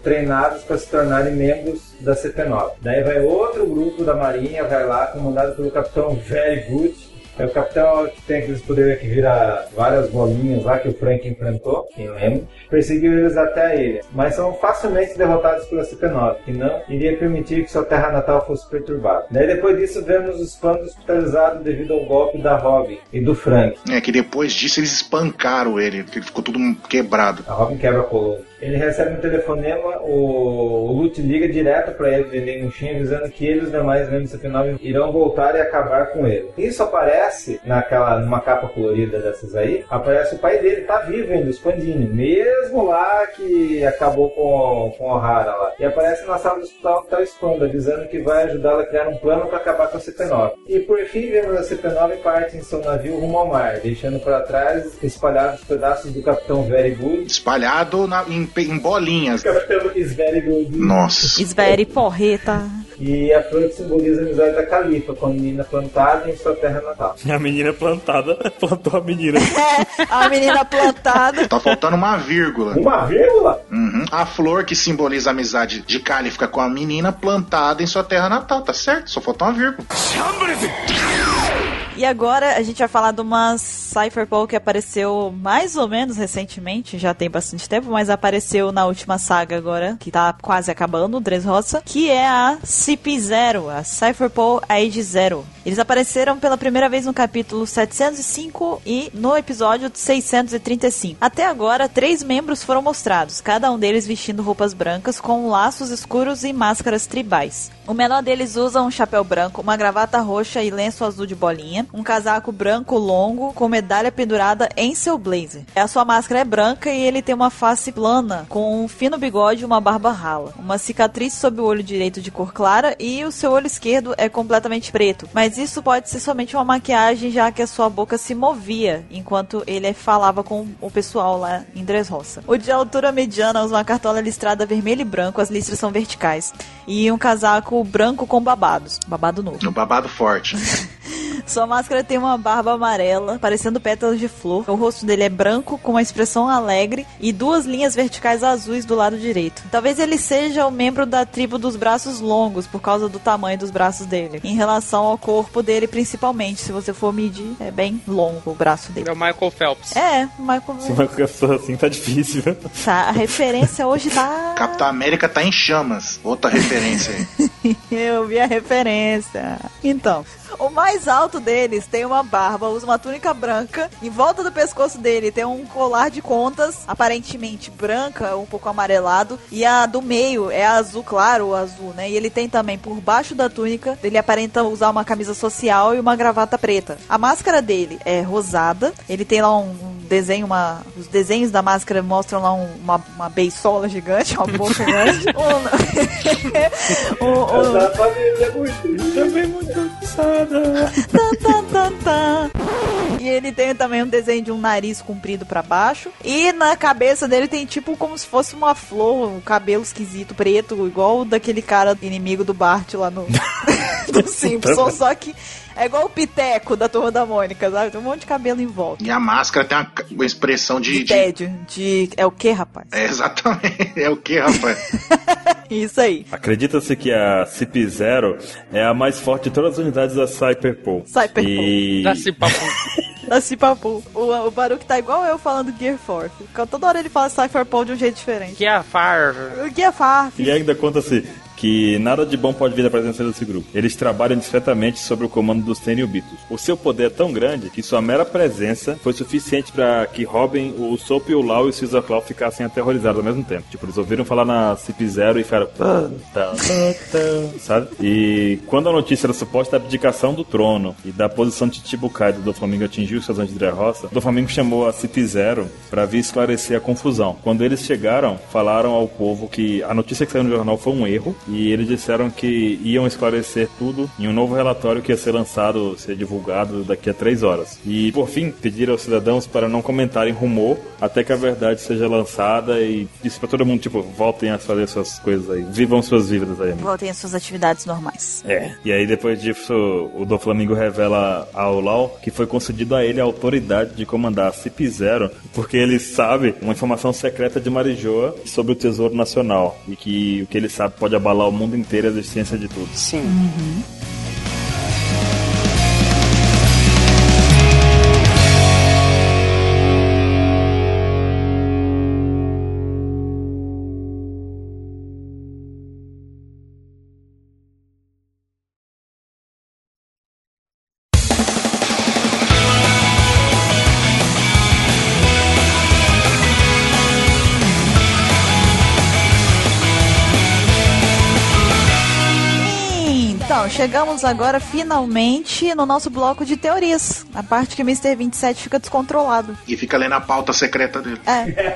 treinadas para se tornarem membros da CP9. Daí vai outro grupo da marinha, vai lá, comandado pelo capitão Very Good. É o capitão que tem aqueles poderes que vira várias bolinhas lá que o Frank enfrentou, quem lembra, perseguiu eles até a ilha, mas são facilmente derrotados pela CP9, que não iria permitir que sua terra natal fosse perturbada. Daí depois disso vemos os fãs hospitalizados devido ao golpe da Robin e do Frank.
É que depois disso eles espancaram ele, porque ele ficou todo quebrado.
A Robin quebra a coluna. Ele recebe um telefonema, o, o Lute liga direto pra ele, vendendo um chinho, avisando que ele e os demais membros do CP9 irão voltar e acabar com ele. Isso aparece naquela, numa capa colorida dessas aí, aparece o pai dele, tá vivo ainda, o Spandini, mesmo lá que acabou com, com o O'Hara lá. E aparece na sala do hospital que tá o Spanda, avisando que vai ajudá-la a criar um plano pra acabar com a CP9. E por fim, vemos a CP9 parte em seu navio rumo ao mar, deixando pra trás espalhados pedaços do Capitão Very Good
Espalhado na- em, pe- em bolinhas.
Capitão is very good.
Nossa.
Isveri porreta.
E a flor que simboliza a amizade da Califa, com a menina plantada em sua terra natal.
A menina é plantada plantou a menina.
É, a menina plantada.
Tá faltando uma vírgula.
Uma vírgula?
Uhum. A flor que simboliza a amizade de Kali fica com a menina plantada em sua terra natal, tá certo? Só faltou uma vírgula.
E agora a gente vai falar de uma Cypherpunk que apareceu mais ou menos recentemente, já tem bastante tempo, mas apareceu na última saga agora, que tá quase acabando, Dressrosa, que é a CP0, a Cypherpunk Age Zero. Eles apareceram pela primeira vez no capítulo 705 e no episódio 635. Até agora, três membros foram mostrados, cada um deles vestindo roupas brancas com laços escuros e máscaras tribais. O menor deles usa um chapéu branco, uma gravata roxa e lenço azul de bolinha, um casaco branco longo com medalha pendurada em seu blazer. A sua máscara é branca e ele tem uma face plana, com um fino bigode e uma barba rala, uma cicatriz sob o olho direito de cor clara e o seu olho esquerdo é completamente preto. Mas isso pode ser somente uma maquiagem, já que a sua boca se movia enquanto ele falava com o pessoal lá em Dressrosa. O de altura mediana usa uma cartola listrada vermelho e branco, as listras são verticais, e um casaco branco com babados, babado novo.
No babado forte.
Sua máscara tem uma barba amarela, parecendo pétalas de flor. O rosto dele é branco, com uma expressão alegre e duas linhas verticais azuis do lado direito. Talvez ele seja o membro da tribo dos braços longos, por causa do tamanho dos braços dele. Em relação ao corpo dele, principalmente, se você for medir, é bem longo o braço dele.
É o Michael Phelps.
É, o Michael.
Se vai com pessoa assim, tá difícil.
Tá, a referência hoje tá.
Capitão América tá em chamas. Outra referência aí.
Eu vi a referência. Então, o mais alto deles tem uma barba, usa uma túnica branca. Em volta do pescoço dele tem um colar de contas, aparentemente branca, um pouco amarelado. E a do meio é azul claro, ou azul, né? E ele tem também por baixo da túnica, ele aparenta usar uma camisa social e uma gravata preta. A máscara dele é rosada. Ele tem lá um, um desenho, uma. Os desenhos da máscara mostram lá um- uma, uma beisola gigante, uma boca grande. Um- um- um-
Essa família é muito.
Também muito cansada.
Tan, tan, tan. tá, E ele tem também um desenho de um nariz comprido pra baixo. E na cabeça dele tem tipo como se fosse uma flor, um cabelo esquisito preto, igual o daquele cara inimigo do Bart lá no do Simpsons. Só que é igual o Piteco da Turma da Mônica, sabe? Tem um monte de cabelo em volta.
E a máscara tem uma, ca- uma expressão de.
De
de...
tédio, de. É o que, rapaz?
É, exatamente. É o que, rapaz?
Isso aí.
Acredita-se que a CP0 é a mais forte de todas as unidades da Cyberpol.
Cyberpol.
E...
Tá
Dá-se papo.
Nasci papo. O, o Baruch tá igual eu falando Gear Force. Toda hora ele fala Cypherpunk de um jeito diferente.
Que é a Far.
O Gear Farf.
E ainda conta-se que nada de bom pode vir da presença desse grupo. Eles trabalham discretamente sob o comando dos Tenryubitos. O seu poder é tão grande que sua mera presença foi suficiente para que Robin, o Soap, o Lau e o Caesar Claw ficassem aterrorizados ao mesmo tempo. Tipo, eles ouviram falar na CP0 e ficaram... "Pã, tá, pã, tá", Sabe? E quando a notícia era suposta da abdicação do trono e da posição de Tibucai do Doflamingo atingiu os seus de Dressrosa, Doflamingo chamou a CP0 para vir esclarecer a confusão. Quando eles chegaram, falaram ao povo que a notícia que saiu no jornal foi um erro e eles disseram que iam esclarecer tudo em um novo relatório que ia ser lançado, ser divulgado daqui a três horas. E por fim, pediram aos cidadãos para não comentarem rumor até que a verdade seja lançada e disse para todo mundo, tipo, voltem a fazer suas coisas aí, vivam suas vidas aí. amigo.
Voltem às suas atividades normais.
É. E aí depois disso, o do Flamengo revela ao Lau que foi concedido a ele a autoridade de comandar a CIP-0, porque ele sabe uma informação secreta de Marijoa sobre o Tesouro Nacional e que o que ele sabe pode abalar o mundo inteiro e a existência de todos.
Sim.
Então, chegamos agora finalmente no nosso bloco de teorias. A parte que o Mr. 27 fica descontrolado.
E fica lendo a pauta secreta dele.
É,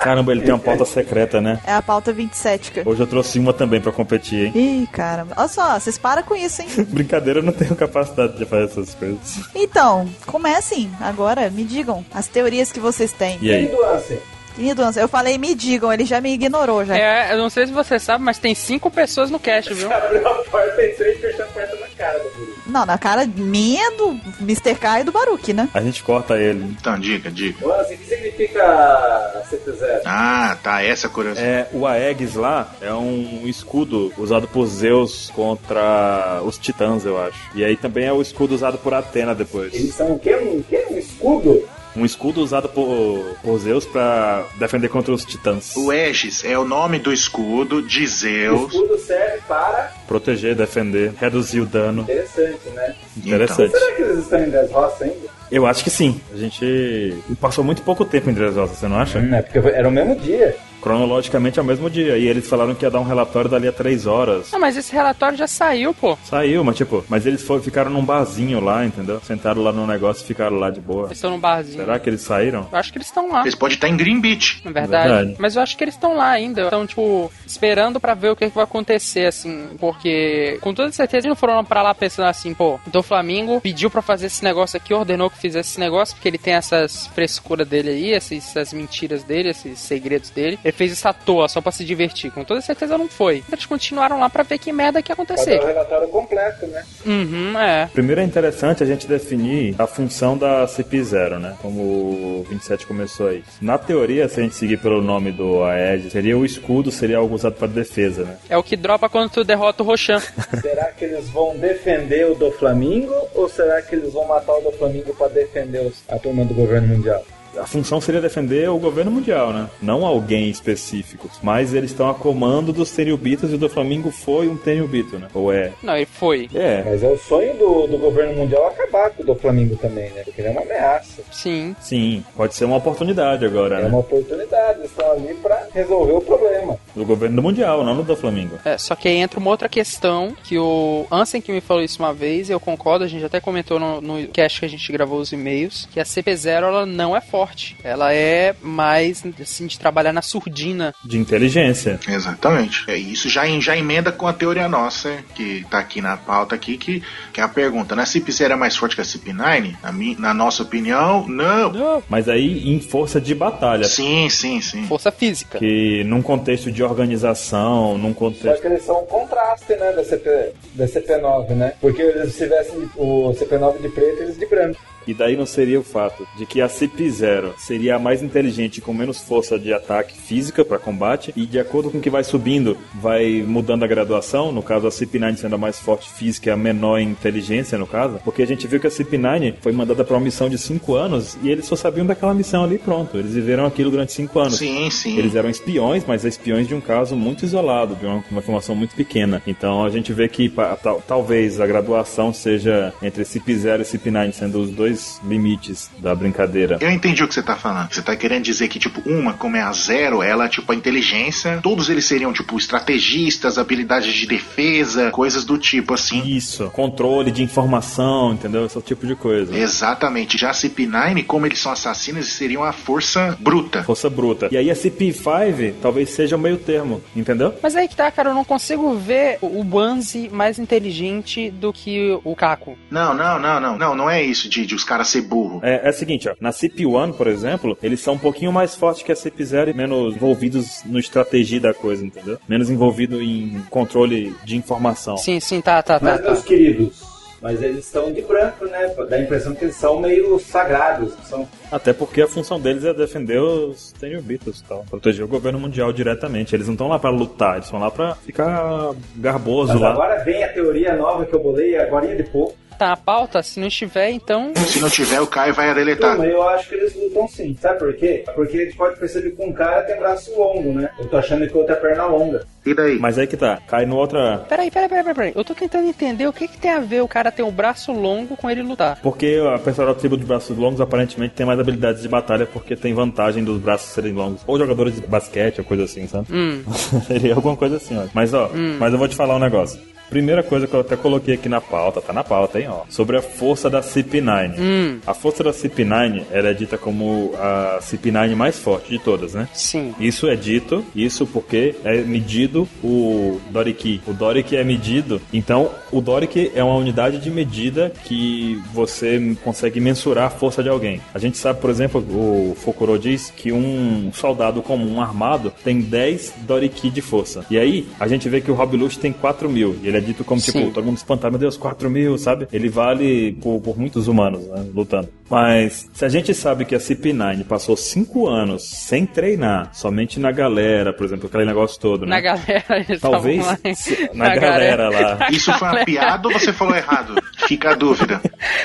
Caramba, ele tem uma pauta secreta, né?
é a pauta 27. cara.
Hoje eu trouxe uma também pra competir, hein?
Ih, caramba. Olha só, vocês param com isso, hein?
Brincadeira, eu não tenho capacidade de fazer essas coisas.
Então, comecem agora, me digam as teorias que vocês têm.
E aí?
Doance.
Idons, eu falei, me digam, ele já me ignorou já.
É, eu não sei se você sabe, mas tem cinco pessoas no cast, viu?
Abriu a porta, entrou e fechou a porta na cara do Bruno.
Não, na cara minha, é do Mr. K e do Baruque, né?
A gente corta ele.
Então, diga, diga.
Ô, Lance, o que significa CT0?
Ah, tá, essa curiosidade.
É, o Aegis lá é um escudo usado por Zeus contra os titãs, eu acho. E aí também é o escudo usado por Atena
Eles
depois.
são o quê? Um, o quê? um escudo?
Um escudo usado por, por Zeus pra defender contra os titãs.
O Aegis é o nome do escudo de
O
Zeus.
escudo serve para.
Proteger, defender, reduzir o dano.
Interessante, né?
Interessante.
Será que eles estão em Dressrosa ainda?
Eu acho que sim. A gente passou muito pouco tempo em Dressrosa, você não acha?
É, porque era o mesmo dia.
Cronologicamente é o mesmo dia. E eles falaram que ia dar um relatório dali a três horas.
Não, Ah, mas esse relatório já saiu, pô.
Saiu, mas tipo, mas eles foram, ficaram num barzinho lá, entendeu? Sentaram lá no negócio e ficaram lá de boa.
Eles estão no barzinho.
Será que eles saíram?
Eu acho que eles estão lá.
Eles podem estar em Green Beach.
Na verdade.
Verdade.
Mas eu acho que eles estão lá ainda. Estão, tipo, esperando pra ver o que, que vai acontecer, assim. Porque, com toda certeza, eles não foram pra lá pensando assim, pô, do Flamengo pediu pra fazer esse negócio aqui, ordenou que fizesse esse negócio, porque ele tem essas frescuras dele aí, esses- essas mentiras dele, esses segredos dele. Ele fez isso à toa, só pra se divertir. Com toda certeza não foi. Eles continuaram lá pra ver que merda que ia
Cadê é o
acontecer.
relatório completo, né?
Uhum, é.
Primeiro é interessante a gente definir a função da CP0, né? Como o 27 começou aí. Na teoria, se a gente seguir pelo nome do Aed, seria o escudo, seria algo usado para defesa, né?
É o que dropa quando tu derrota o Roshan.
Será que eles vão defender o do Flamengo ou será que eles vão matar o do Flamengo para defender os- a turma do governo mundial?
A função seria defender o governo mundial, né? Não alguém específico. Mas eles estão a comando dos Tenryubitos e o do Flamengo foi um Tenryubito, né? Ou é?
Não, ele foi.
É.
Mas é o sonho do, do governo mundial acabar com o do Flamengo também, né? Porque ele é uma ameaça.
Sim.
Sim, pode ser uma oportunidade agora,
É
né?
uma oportunidade, eles estão ali para resolver o problema.
Do governo do mundial, não do Flamengo.
É, só que aí entra uma outra questão que o Ansem que me falou isso uma vez, e eu concordo, a gente até comentou no, no cast que a gente gravou os e-mails, que a CP0 ela não é forte. Ela é mais assim de trabalhar na surdina.
De inteligência.
Exatamente. É, isso já, em- já emenda com a teoria nossa, que tá aqui na pauta aqui, que, que é a pergunta, na CP0 é mais forte que a CP9? Na, mi- na nossa opinião, não.
Mas aí em força de batalha.
Sim, sim, sim.
Força física.
Que num contexto de organização, num
Só
contexto.
que eles são um contraste, né, da, CP, da CP9, né? Porque eles tivessem o CP9 de preto e eles de branco.
E daí não seria o fato de que a CP0 seria a mais inteligente com menos força de ataque física para combate, e de acordo com o que vai subindo, vai mudando a graduação. No caso, a CP9 sendo a mais forte física e a menor em inteligência, no caso, porque a gente viu que a CP9 foi mandada para uma missão de 5 anos e eles só sabiam daquela missão ali, pronto. Eles viveram aquilo durante 5 anos.
Sim, sim.
Eles eram espiões, mas espiões de um caso muito isolado, de uma, uma formação muito pequena. Então a gente vê que pa- tal- talvez a graduação seja entre CIP0 e CIP9, sendo os dois limites da brincadeira.
Eu entendi o que você tá falando. Você tá querendo dizer que, tipo, uma, como é a zero, ela, tipo, a inteligência, todos eles seriam, tipo, estrategistas, habilidades de defesa, coisas do tipo, assim.
Isso, controle de informação, entendeu? Esse tipo de coisa.
Exatamente. Já a CP9, como eles são assassinos, eles seriam a força bruta.
Força bruta. E aí a CP5 talvez seja o meio termo, entendeu?
Mas aí que tá, cara, eu não consigo ver o Banzi mais inteligente do que o Caco.
Não, não, não, não. Não, não é isso de, de os caras ser burro.
É, é o seguinte, ó, na CP1, por exemplo, eles são um pouquinho mais fortes que a CP0 e menos envolvidos no estratégia da coisa, entendeu? Menos envolvido em controle de informação.
Sim, sim, tá, tá, tá.
Mas,
tá.
meus queridos, mas eles estão de branco, né? Dá a impressão que eles são meio sagrados, são
Até porque a função deles é defender os Tenryubitos e tal. Proteger o governo mundial diretamente. Eles não estão lá pra lutar, eles estão lá pra ficar garboso
Mas
lá.
agora vem a teoria nova que eu bolei agora de pouco.
Tá na pauta, se não estiver, então.
Se não tiver, o Caio vai deletar.
Turma, eu acho que eles lutam sim. Sabe por quê? Porque a gente pode perceber que um cara tem braço longo, né? Eu tô achando que o outro é perna longa.
E daí?
Mas aí que tá, cai no outra.
Peraí, peraí, peraí, peraí, peraí. Eu tô tentando entender o que, que tem a ver o cara ter um braço longo com ele lutar.
Porque a pessoa da tribo de braços longos aparentemente tem mais habilidades de batalha porque tem vantagem dos braços serem longos. Ou jogadores de basquete ou coisa assim, sabe?
Hum.
Seria alguma coisa assim, ó. Mas ó, mas eu vou te falar um negócio. Primeira coisa que eu até coloquei aqui na pauta, tá na pauta, hein, ó. Sobre a força da CP9.
Hum,
A força da CP9 era é dita como a CP9 mais forte de todas, né?
sim.
Isso é dito, isso porque é medido o Doric. O Doric é medido, então o Doric é uma unidade de medida que você consegue mensurar a força de alguém. A gente sabe, por exemplo, o Fokuro diz que um soldado comum armado tem 10 Doric de força. E aí a gente vê que o Rob Lush tem 4 mil, e ele é dito como
Sim.
tipo, todo mundo espantado, meu Deus, 4 mil, sabe? Ele vale por, por muitos humanos, né, lutando. Mas se a gente sabe que a CP9 passou 5 anos sem treinar, somente na galera, por exemplo, aquele negócio todo,
Na
né?
galera, eles
Talvez
estavam lá.
se- na, galera, lá.
Isso foi uma piada ou você falou errado? Fica a dúvida.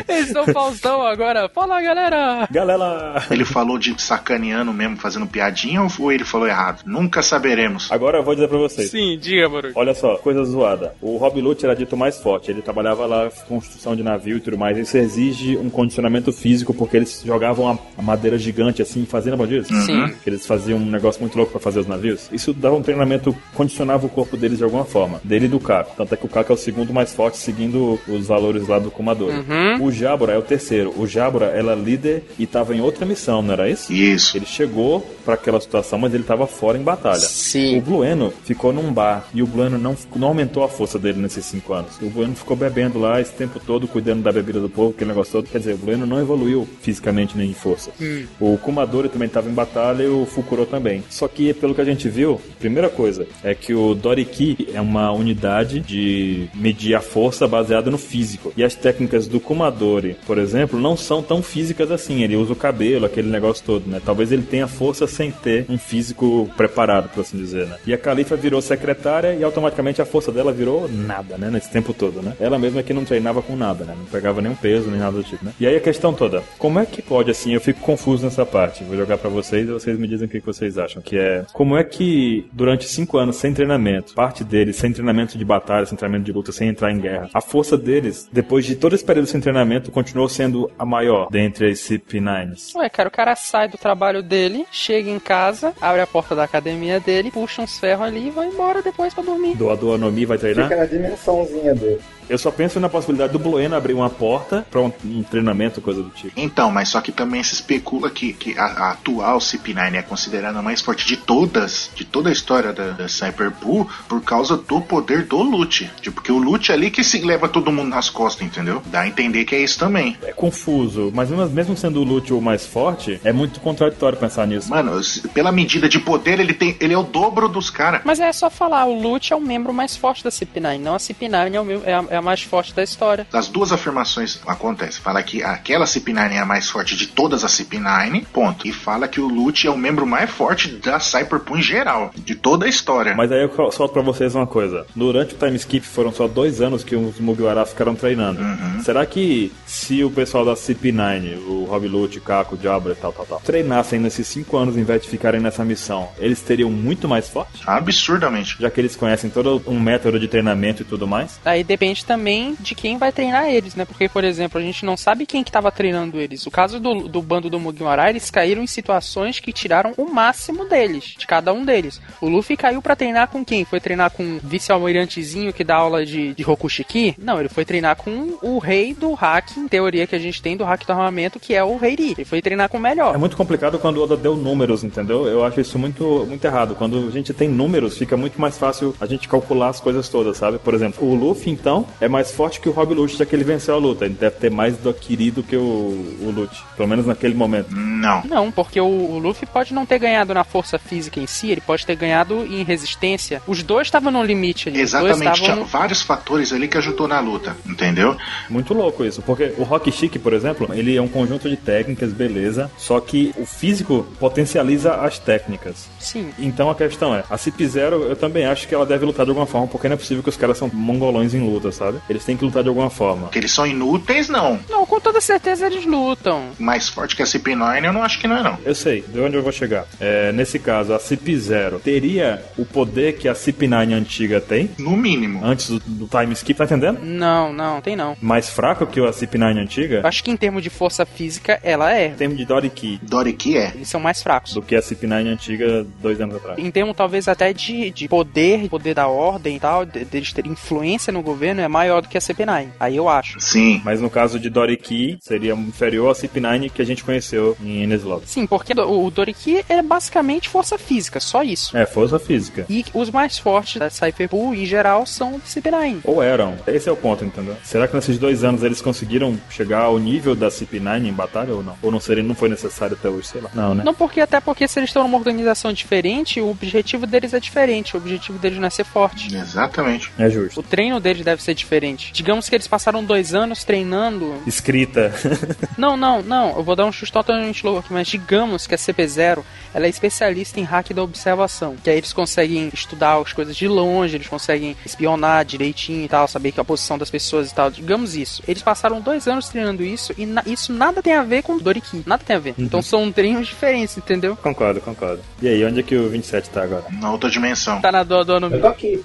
Eles estão Faustão agora. Fala, galera!
Galera!
Ele falou de sacaneando mesmo, fazendo piadinha, ou foi ele falou errado? Nunca saberemos.
Agora eu vou dizer pra vocês.
Sim, diga, Baruch.
Olha só, coisa zoada. O Rob Lute era dito mais forte. Ele trabalhava lá construção de navio e tudo mais. Isso exige um condicionamento físico, porque eles jogavam a- a madeira gigante assim, fazendo bom disso?
Sim.
Que eles faziam um negócio muito louco pra fazer os navios. Isso dava um treinamento, condicionava o corpo deles de alguma forma. Dele e do Caco. Tanto é que o Caco é o segundo mais forte, seguindo os valores lá do Comador. O Jabura é o terceiro. O Jabura era líder e tava em outra missão, não era isso?
Isso.
Ele chegou pra aquela situação, mas ele tava fora em batalha.
Sim.
O Blueno ficou num bar e o Blueno não, não aumentou a força dele nesses cinco anos. O Blueno ficou bebendo lá esse tempo todo, cuidando da bebida do povo, aquele negócio todo. Quer dizer, o Blueno não evoluiu fisicamente nem em força. O Kumadori também estava em batalha e o Fukuro também. Só que, pelo que a gente viu, primeira coisa é que o Doriki é uma unidade de medir a força baseada no físico. E as técnicas do Kumadori, por exemplo, não são tão físicas assim. Ele usa o cabelo, aquele negócio todo, né? Talvez ele tenha força sem ter um físico preparado, por assim dizer, né? E a Califa virou secretária e automaticamente a força dela virou nada, né? Nesse tempo todo, né? Ela mesma que não treinava com nada, né? Não pegava nenhum peso, nem nada do tipo, né? E aí a questão toda, como é que pode, assim, eu fico confuso nessa parte. Vou jogar pra vocês e vocês me dizem o que que vocês acham, que é como é que durante cinco anos sem treinamento, parte deles sem treinamento de batalha, sem treinamento de luta, sem entrar em guerra, a força deles, depois de todo esse período sem treinamento, continuou sendo a maior dentre as CP9s.
Ué, cara, o cara sai do trabalho dele, chega em casa, abre a porta da academia dele, puxa uns ferros ali e vai embora depois pra dormir.
Doador Anomi vai treinar?
Fica na dimensãozinha dele.
Eu só penso na possibilidade do Blueno abrir uma porta pra um, um treinamento, coisa do tipo.
Então, mas só que também se especula que, que a, a atual CP9 é considerada a mais forte de todas, de toda a história da, da Cyberpool, por causa do poder do Lute. Tipo, porque o Lute é ali que se leva todo mundo nas costas, entendeu? Dá a entender que é isso também.
É confuso, mas mesmo, mesmo sendo o Lute o mais forte, é muito contraditório pensar nisso.
Mano, se- pela medida de poder, ele, tem, ele é o dobro dos caras.
Mas é só falar, o Lute é o membro mais forte da CP9, não a CP9 é, o mem- é a, é a mais forte da história.
As duas afirmações acontecem. Fala que aquela CP9 é a mais forte de todas as CP9, ponto. E fala que o Lute é o membro mais forte da Cyberpool em geral, de toda a história.
Mas aí eu solto pra vocês uma coisa. Durante o time skip foram só dois anos que os Mugiwara ficaram treinando. Será que se o pessoal da CP9, o Rob Lute, o Caco, o Diablo e tal, tal, tal, treinassem nesses cinco anos em vez de ficarem nessa missão, eles teriam muito mais forte?
Absurdamente.
Já que eles conhecem todo um método de treinamento e tudo mais?
Aí depende também de quem vai treinar eles, né? Porque, por exemplo, a gente não sabe quem que tava treinando eles. O caso do, do bando do Mugiwara, eles caíram em situações que tiraram o máximo deles, de cada um deles. O Luffy caiu pra treinar com quem? Foi treinar com o vice-almirantezinho que dá aula de, de Rokushiki? Não, ele foi treinar com o rei do hack, em teoria que a gente tem do hack do armamento, que é o Rei Ri. Ele foi treinar com o melhor.
É muito complicado quando o Oda deu números, entendeu? Eu acho isso muito, muito errado. Quando a gente tem números, fica muito mais fácil a gente calcular as coisas todas, sabe? Por exemplo, o Luffy, então, é mais forte que o Rob Luffy, já que ele venceu a luta. Ele deve ter mais do Akiri do que o, o Luffy, pelo menos naquele momento.
Não.
Não, porque o, o Luffy pode não ter ganhado na força física em si, ele pode ter ganhado em resistência. Os dois estavam no limite ali. os dois
Exatamente, tinha
estavam no-
vários fatores ali que ajudou na luta, entendeu?
Muito louco isso, porque o Rock Chic, por exemplo, ele é um conjunto de técnicas, beleza, só que o físico potencializa as técnicas.
Sim.
Então a questão é, a Cip Zero eu também acho que ela deve lutar de alguma forma, porque não é possível que os caras são mongolões em luta, sabe? Eles têm que lutar de alguma forma.
Que eles são inúteis, não.
Não, com toda certeza eles lutam.
Mais forte que a CP9 é eu não acho que não é, não.
Eu sei, de onde eu vou chegar. É, nesse caso, a CIP0 teria o poder que a CIP9 antiga tem,
No mínimo.
antes do, do time skip, tá entendendo?
Não, não, tem não.
Mais fraca que a CIP9
Eu
antiga,
acho que em termos de força física, ela é.
em termos de Dory Key,
Dory que é.
Eles são mais fracos.
do que a CIP9 antiga dois anos atrás.
Em termos, talvez, até de, de poder, poder da ordem e tal, de- deles terem influência no governo, é maior do que a CP9. Aí eu acho.
Sim.
Mas no caso de Dory Key, seria inferior à CIP9 que a gente conheceu em Ines Lobby.
Sim, porque o, o Doriki é basicamente força física, só isso.
É, força física.
E os mais fortes da Cypherpool, em geral, são CP9.
Ou eram. Esse é o ponto, entendeu? Será que nesses dois anos eles conseguiram chegar ao nível da CP9 em batalha ou não? Ou não seria, não foi necessário até hoje, sei lá. Não, né?
Não porque, até porque se eles estão numa organização diferente, o objetivo deles é diferente. O objetivo deles não é ser forte.
Exatamente.
É justo.
O treino deles deve ser diferente. Digamos que eles passaram dois anos treinando.
Escrita.
Não, não, não. Eu vou dar um chute totalmente louco aqui, mas digamos que a CP0 ela é especialista em hack da observação. Que aí eles conseguem estudar as coisas de longe, eles conseguem espionar direitinho e tal, saber que é a posição das pessoas e tal. Digamos isso. Eles passaram dois anos treinando isso e na- isso nada tem a ver com Doriki. Nada tem a ver. Então são treinos diferentes, entendeu?
concordo, concordo. E aí, onde é que o 27 tá agora?
Na outra dimensão.
Tá na do, do
Eu tô aqui.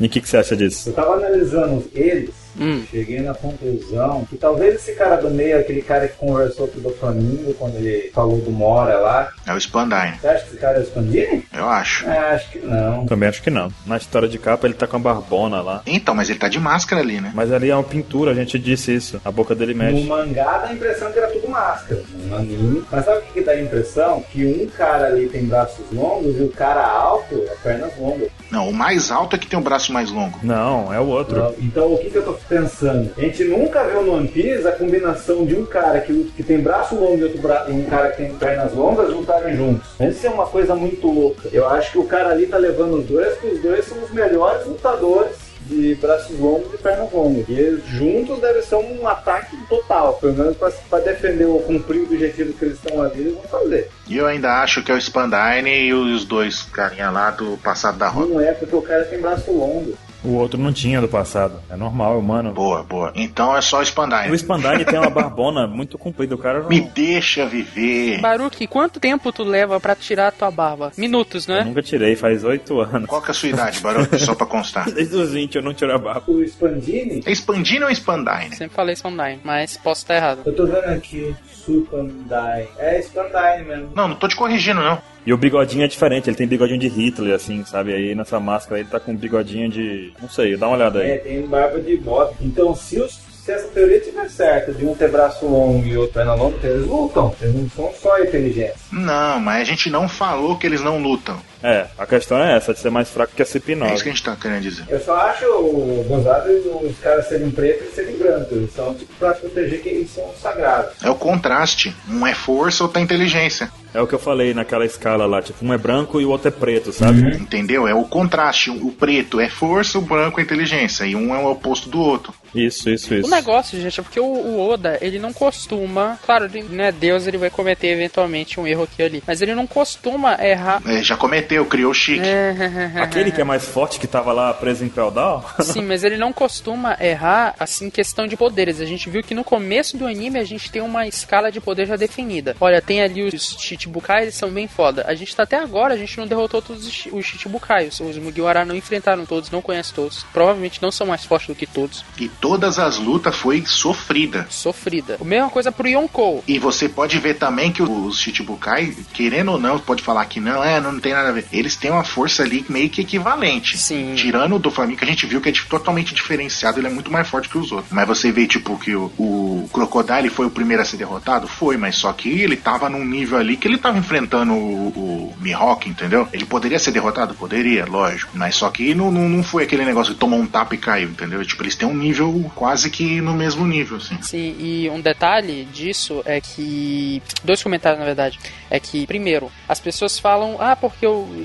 E o que, que você acha disso?
Eu tava analisando eles.
Hum.
Cheguei na conclusão que talvez esse cara do meio, aquele cara que conversou com o Doflamingo quando ele falou do Mora lá.
É o Spandine,
Você acha que esse cara é o Spandini?
eu acho.
Ah, acho que não.
Também acho que não. Na história de capa, ele tá com a barbona lá.
Então, mas ele tá de máscara ali, né?
Mas ali é uma pintura, a gente disse isso. A boca dele
No
mexe.
mangá dá a impressão que era tudo máscara, no anime. Mas sabe o que, que dá a impressão? Que um cara ali tem braços longos e o cara alto é pernas longas.
Não, o mais alto é que tem o braço mais longo.
Não, é o outro.
Então o que, que eu tô pensando? A gente nunca viu no One Piece a combinação de um cara que, que tem braço longo e outro bra... e um cara que tem pernas longas lutarem juntos. Isso é uma coisa muito louca. Eu acho que o cara ali tá levando os dois, porque os dois são os melhores lutadores. De braços longos e pernas longas. E eles juntos deve ser um ataque total. Pelo menos pra, pra defender ou cumprir o objetivo que eles estão ali, eles vão fazer.
E eu ainda acho que é o Spandine e os dois carinha lá do passado da roda.
Não é porque o cara tem braço longo.
O outro não tinha do passado. É normal, é humano.
Boa, boa. Então é só o
O
Spandine.
Spandani tem uma barbona muito comprida. O cara não...
Me deixa viver.
Baruque, quanto tempo tu leva pra tirar a tua barba? Minutos,
Eu
né?
nunca tirei, faz oito anos.
Qual que é a sua idade, Barão? Só pra constar.
Desde os 20 eu não tiro a barba.
O Spandini
É Spandine ou Spandine?
Sempre falei isso online, mas posso estar errado.
Eu tô vendo aqui, Supandai. É Spandai mesmo.
Não, não tô te corrigindo, não.
E o bigodinho é diferente, ele tem bigodinho de Hitler, assim, sabe? Aí nessa máscara ele tá com um bigodinho de. Não sei, dá uma olhada
É,
aí.
tem barba de bota. Então, se, os- se essa teoria tiver certa, de um ter braço longo e outro perna longa, eles lutam. Eles não são só inteligentes.
Não, mas a gente não falou que eles não lutam.
É, a questão é essa, de ser mais fraco que a
É isso que
CP9.
a gente tá querendo dizer.
Eu só acho o Gonzaga e os caras serem pretos e serem brancos. Eles são tipo pra proteger que eles são sagrados.
É o contraste. Um é força, outro é inteligência.
É o que eu falei naquela escala lá, tipo, um é branco e o outro é preto, sabe?
Entendeu? É o contraste. O preto é força, o branco é inteligência. E um é o oposto do outro.
Isso, isso, isso.
O negócio, gente, é porque o, o Oda, ele não costuma. Claro, ele não é Deus, ele vai cometer eventualmente um erro aqui e ali. Mas ele não costuma errar.
É, já cometeu, criou o chique.
Aquele que é mais forte que tava lá preso em Feudal?
Sim, mas ele não costuma errar, assim, em questão de poderes. A gente viu que no começo do anime a gente tem uma escala de poder já definida. Olha, tem ali os Chichibukai, eles são bem foda. A gente tá até agora, a gente não derrotou todos os Chi- os Chichibukai. Os, os Mugiwara não enfrentaram todos, não conhece todos. Provavelmente não são mais fortes do que todos.
E todas as lutas foi sofrida.
Sofrida. A mesma coisa pro Yonkou.
E você pode ver também que os Chichibukai, querendo ou não, pode falar que não, é, não tem nada a ver. Eles têm uma força ali meio que equivalente.
Sim.
Tirando o do Flamengo, que a gente viu que é tipo, totalmente diferenciado, ele é muito mais forte que os outros. Mas você vê, tipo, que o, o Crocodile foi o primeiro a ser derrotado? Foi, mas só que ele tava num nível ali que ele tava enfrentando o, o Mihawk, entendeu? Ele poderia ser derrotado? Poderia, lógico. Mas só que não, não, não foi aquele negócio que tomou um tapa e caiu, entendeu? Tipo, eles têm um nível quase que no mesmo nível, assim.
Sim, e um detalhe disso é que. Dois comentários, na verdade. É que, primeiro, as pessoas falam, ah, porque o eu.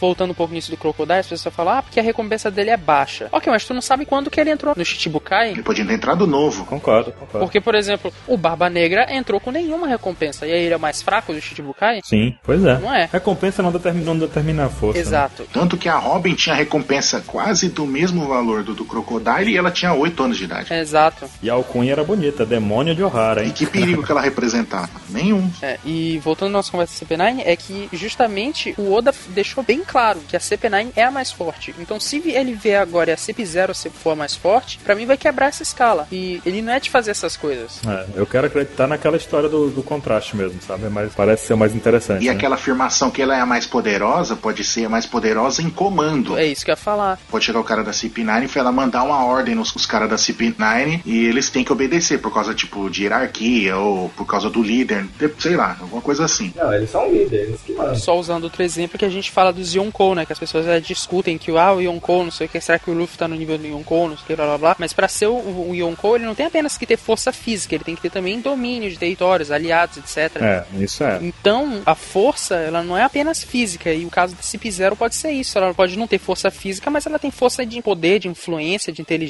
Voltando um pouco nisso do Crocodile, as pessoas falam, ah, porque a recompensa dele é baixa. Ok, mas tu não sabe quando que ele entrou no Shichibukai.
Ele podia ter entrado novo.
Concordo, concordo.
Porque, por exemplo, o Barba Negra entrou com nenhuma recompensa. E aí ele é o mais fraco do Shichibukai?
Sim, pois é.
Não é.
Recompensa não determina, não determina a força. né?
Exato.
Tanto que a Robin tinha recompensa quase do mesmo valor do do Crocodile e ela tinha 8 anos de idade.
Exato.
E a alcunha era bonita, demônio de O'Hara,
E
hein?
que perigo que ela representava? Nenhum.
É, e voltando à nossa conversa da CP9, é que justamente o Oda deixou bem claro que a CP9 é a mais forte. Então, se ele vê agora e a CP0 se for a mais forte, pra mim vai quebrar essa escala. E ele não é de fazer essas coisas.
É, eu quero acreditar naquela história do, do contraste mesmo, sabe? Mas parece ser o mais interessante.
E
né?
aquela afirmação que ela é a mais poderosa pode ser a mais poderosa em comando.
É isso que eu ia falar.
Pode chegar o cara da CP9 e falar, mandar uma ordem nos os caras da CP9 e eles têm que obedecer por causa, tipo, de hierarquia ou por causa do líder, de- sei lá, alguma coisa assim.
Não, eles são líderes, eles que mandam.
Só usando outro exemplo que a gente fala dos Yonkou, né? Que as pessoas eh, discutem que ah, o Yonkou, não sei o que, será que o Luffy tá no nível do Yonkou, não sei o que, blá blá blá. Mas pra ser o, o Yonkou, ele não tem apenas que ter força física, ele tem que ter também domínio de territórios, aliados, etc.
É, isso é.
Então, a força, ela não é apenas física, e o caso da CP0 pode ser isso. Ela pode não ter força física, mas ela tem força de poder, de influência, de inteligência,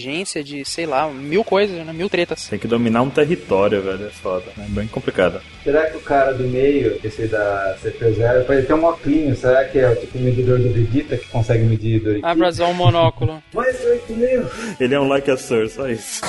de sei lá, mil coisas, né? Mil tretas.
Tem que dominar um território, velho. É foda. É bem complicado.
Será que o cara do meio, esse da CP0, pra ele ter um óculos, será que é o tipo medidor do Vegeta que consegue medir do
Abra só um monóculo.
Mais 8 mil!
Ele é um like a sir, só isso.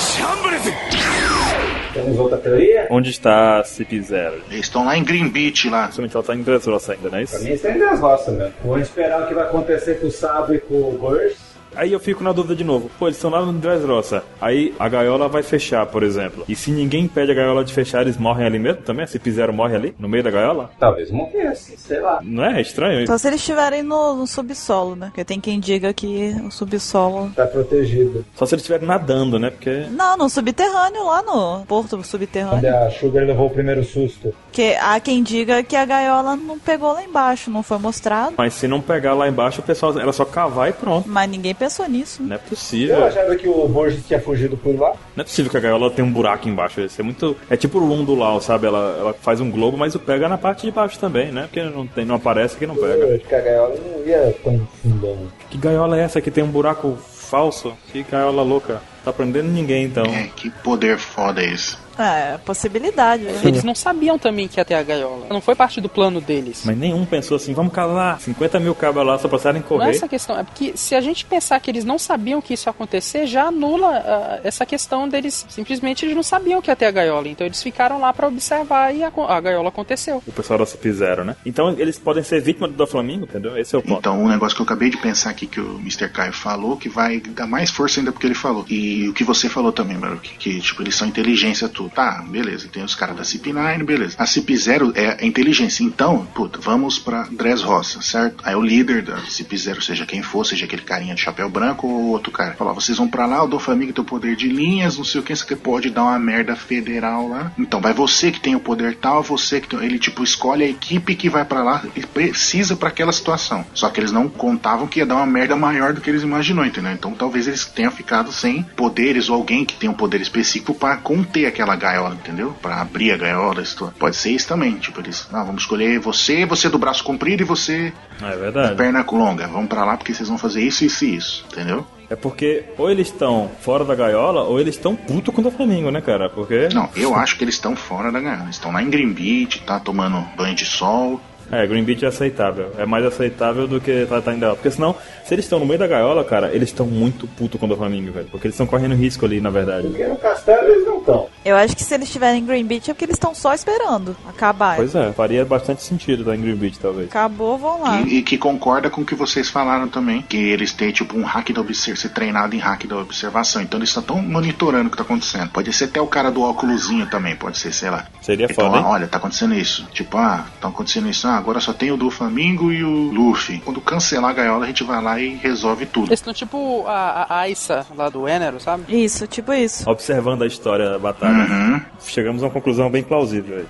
Temos outra teoria?
Onde está a CP0?
Eles estão lá em Green Beach lá.
Principalmente ela tá em Dressrosa ainda, não é
Pra
isso?
mim, isso é ainda as roças, meu. Vamos esperar o que vai acontecer com o Sabo e com o Burst.
Aí eu fico na dúvida de novo. Pô, eles estão lá no Dressrosa. Aí a gaiola vai fechar, por exemplo. E se ninguém impede a gaiola de fechar, eles morrem ali mesmo também? A CP0 morre ali, no meio da gaiola?
Talvez morresse, sei lá.
Não é? É estranho isso.
Só se eles estiverem no, no subsolo, né? Porque tem quem diga que o subsolo.
Tá protegido.
Só se eles estiverem nadando, né? Porque
Não, no subterrâneo, lá no porto
Onde
subterrâneo.
a Sugar levou o primeiro susto.
Porque há quem diga que a gaiola não pegou lá embaixo, não foi mostrado.
Mas se não pegar lá embaixo, o pessoal era só cavar e pronto.
Mas ninguém pensou nisso. né?
Não é
Eu
possível.
achava que o Burst tinha fugido por lá.
Não é possível que a gaiola tenha um buraco embaixo. Isso é muito. É tipo o Lum do Lau, sabe? Ela, ela faz um globo, mas o pega na parte de baixo também, né? Porque não, tem, não aparece que não pega.
Eu acho que a gaiola não ia tão fundão.
Que gaiola é essa que tem um buraco falso? Que gaiola louca. Tá prendendo ninguém então.
É, que poder foda esse.
É, possibilidade. né?
Eles não sabiam também que ia ter a gaiola. Não foi parte do plano deles.
Mas nenhum pensou assim, vamos calar 50 mil cabas lá só pra saírem
Não é
correr.
essa a questão, é porque se a gente pensar que eles não sabiam que isso ia acontecer, já anula ah, essa questão deles. Simplesmente eles não sabiam que ia ter a gaiola, então eles ficaram lá pra observar e a, co- a gaiola aconteceu.
O pessoal da CP0, né? Então eles podem ser vítima do Flamengo, entendeu? Esse é o ponto.
Então, um negócio que eu acabei de pensar aqui que o Mr. Caio falou, que vai dar mais força ainda porque ele falou. E o que você falou também, mano, que, que, tipo, eles são inteligência tudo. Tá, beleza, tem os caras da CP9, beleza. A CP0 é a inteligência. Então, puta, vamos pra Dress Roça, certo? Aí o líder da CP0, seja quem for, seja aquele carinha de chapéu branco ou outro cara, falou: ó, vocês vão pra lá, eu dou família, teu poder de linhas, não sei o que, você pode dar uma merda federal lá. Então, vai você que tem o poder tal, você que tem. Ele, tipo, escolhe a equipe que vai pra lá e precisa pra aquela situação. Só que eles não contavam que ia dar uma merda maior do que eles imaginou, entendeu? Então talvez eles tenham ficado sem poderes ou alguém que tenha um poder específico pra conter aquela gaiola, entendeu? Pra abrir a gaiola, isso tudo. Pode ser isso também, tipo, eles, ah, vamos escolher você, você do braço comprido e você
É
da
verdade.
perna longa. Vamos pra lá porque vocês vão fazer isso, isso e isso, entendeu?
É porque ou eles estão fora da gaiola ou eles estão puto com o Flamengo, né, cara? Porque.
Não, eu acho que eles estão fora da gaiola. Eles estão lá em Green Beach, tá tomando banho de sol.
É, Green Beach é aceitável. É mais aceitável do que tá, tá em gaiola. Porque senão, se eles estão no meio da gaiola, cara, eles estão muito puto com o Flamengo, velho. Porque eles estão correndo risco ali, na verdade.
Porque no castelo eles não estão.
Eu acho que se eles estiverem em Green Beach é porque eles estão só esperando acabar.
Pois é, faria bastante sentido tá em Green Beach, talvez.
Acabou, vão lá.
E, e que concorda com o que vocês falaram também. Que eles têm, tipo, um hack da observação, ser treinado em hack da observação. Então eles só estão monitorando o que tá acontecendo. Pode ser até o cara do óculosinho também, pode ser, sei lá.
Seria
Então,
foda,
ah,
hein?
olha, tá acontecendo isso. Tipo, ah, tá acontecendo isso. Ah, agora só tem o do Flamingo e o Luffy. Quando cancelar a gaiola, a gente vai lá e resolve tudo.
Eles estão tipo a, a Aissa lá do Enero, sabe?
Isso, tipo isso.
Observando a história da batalha,
Uhum.
chegamos a uma conclusão bem plausível. Aí.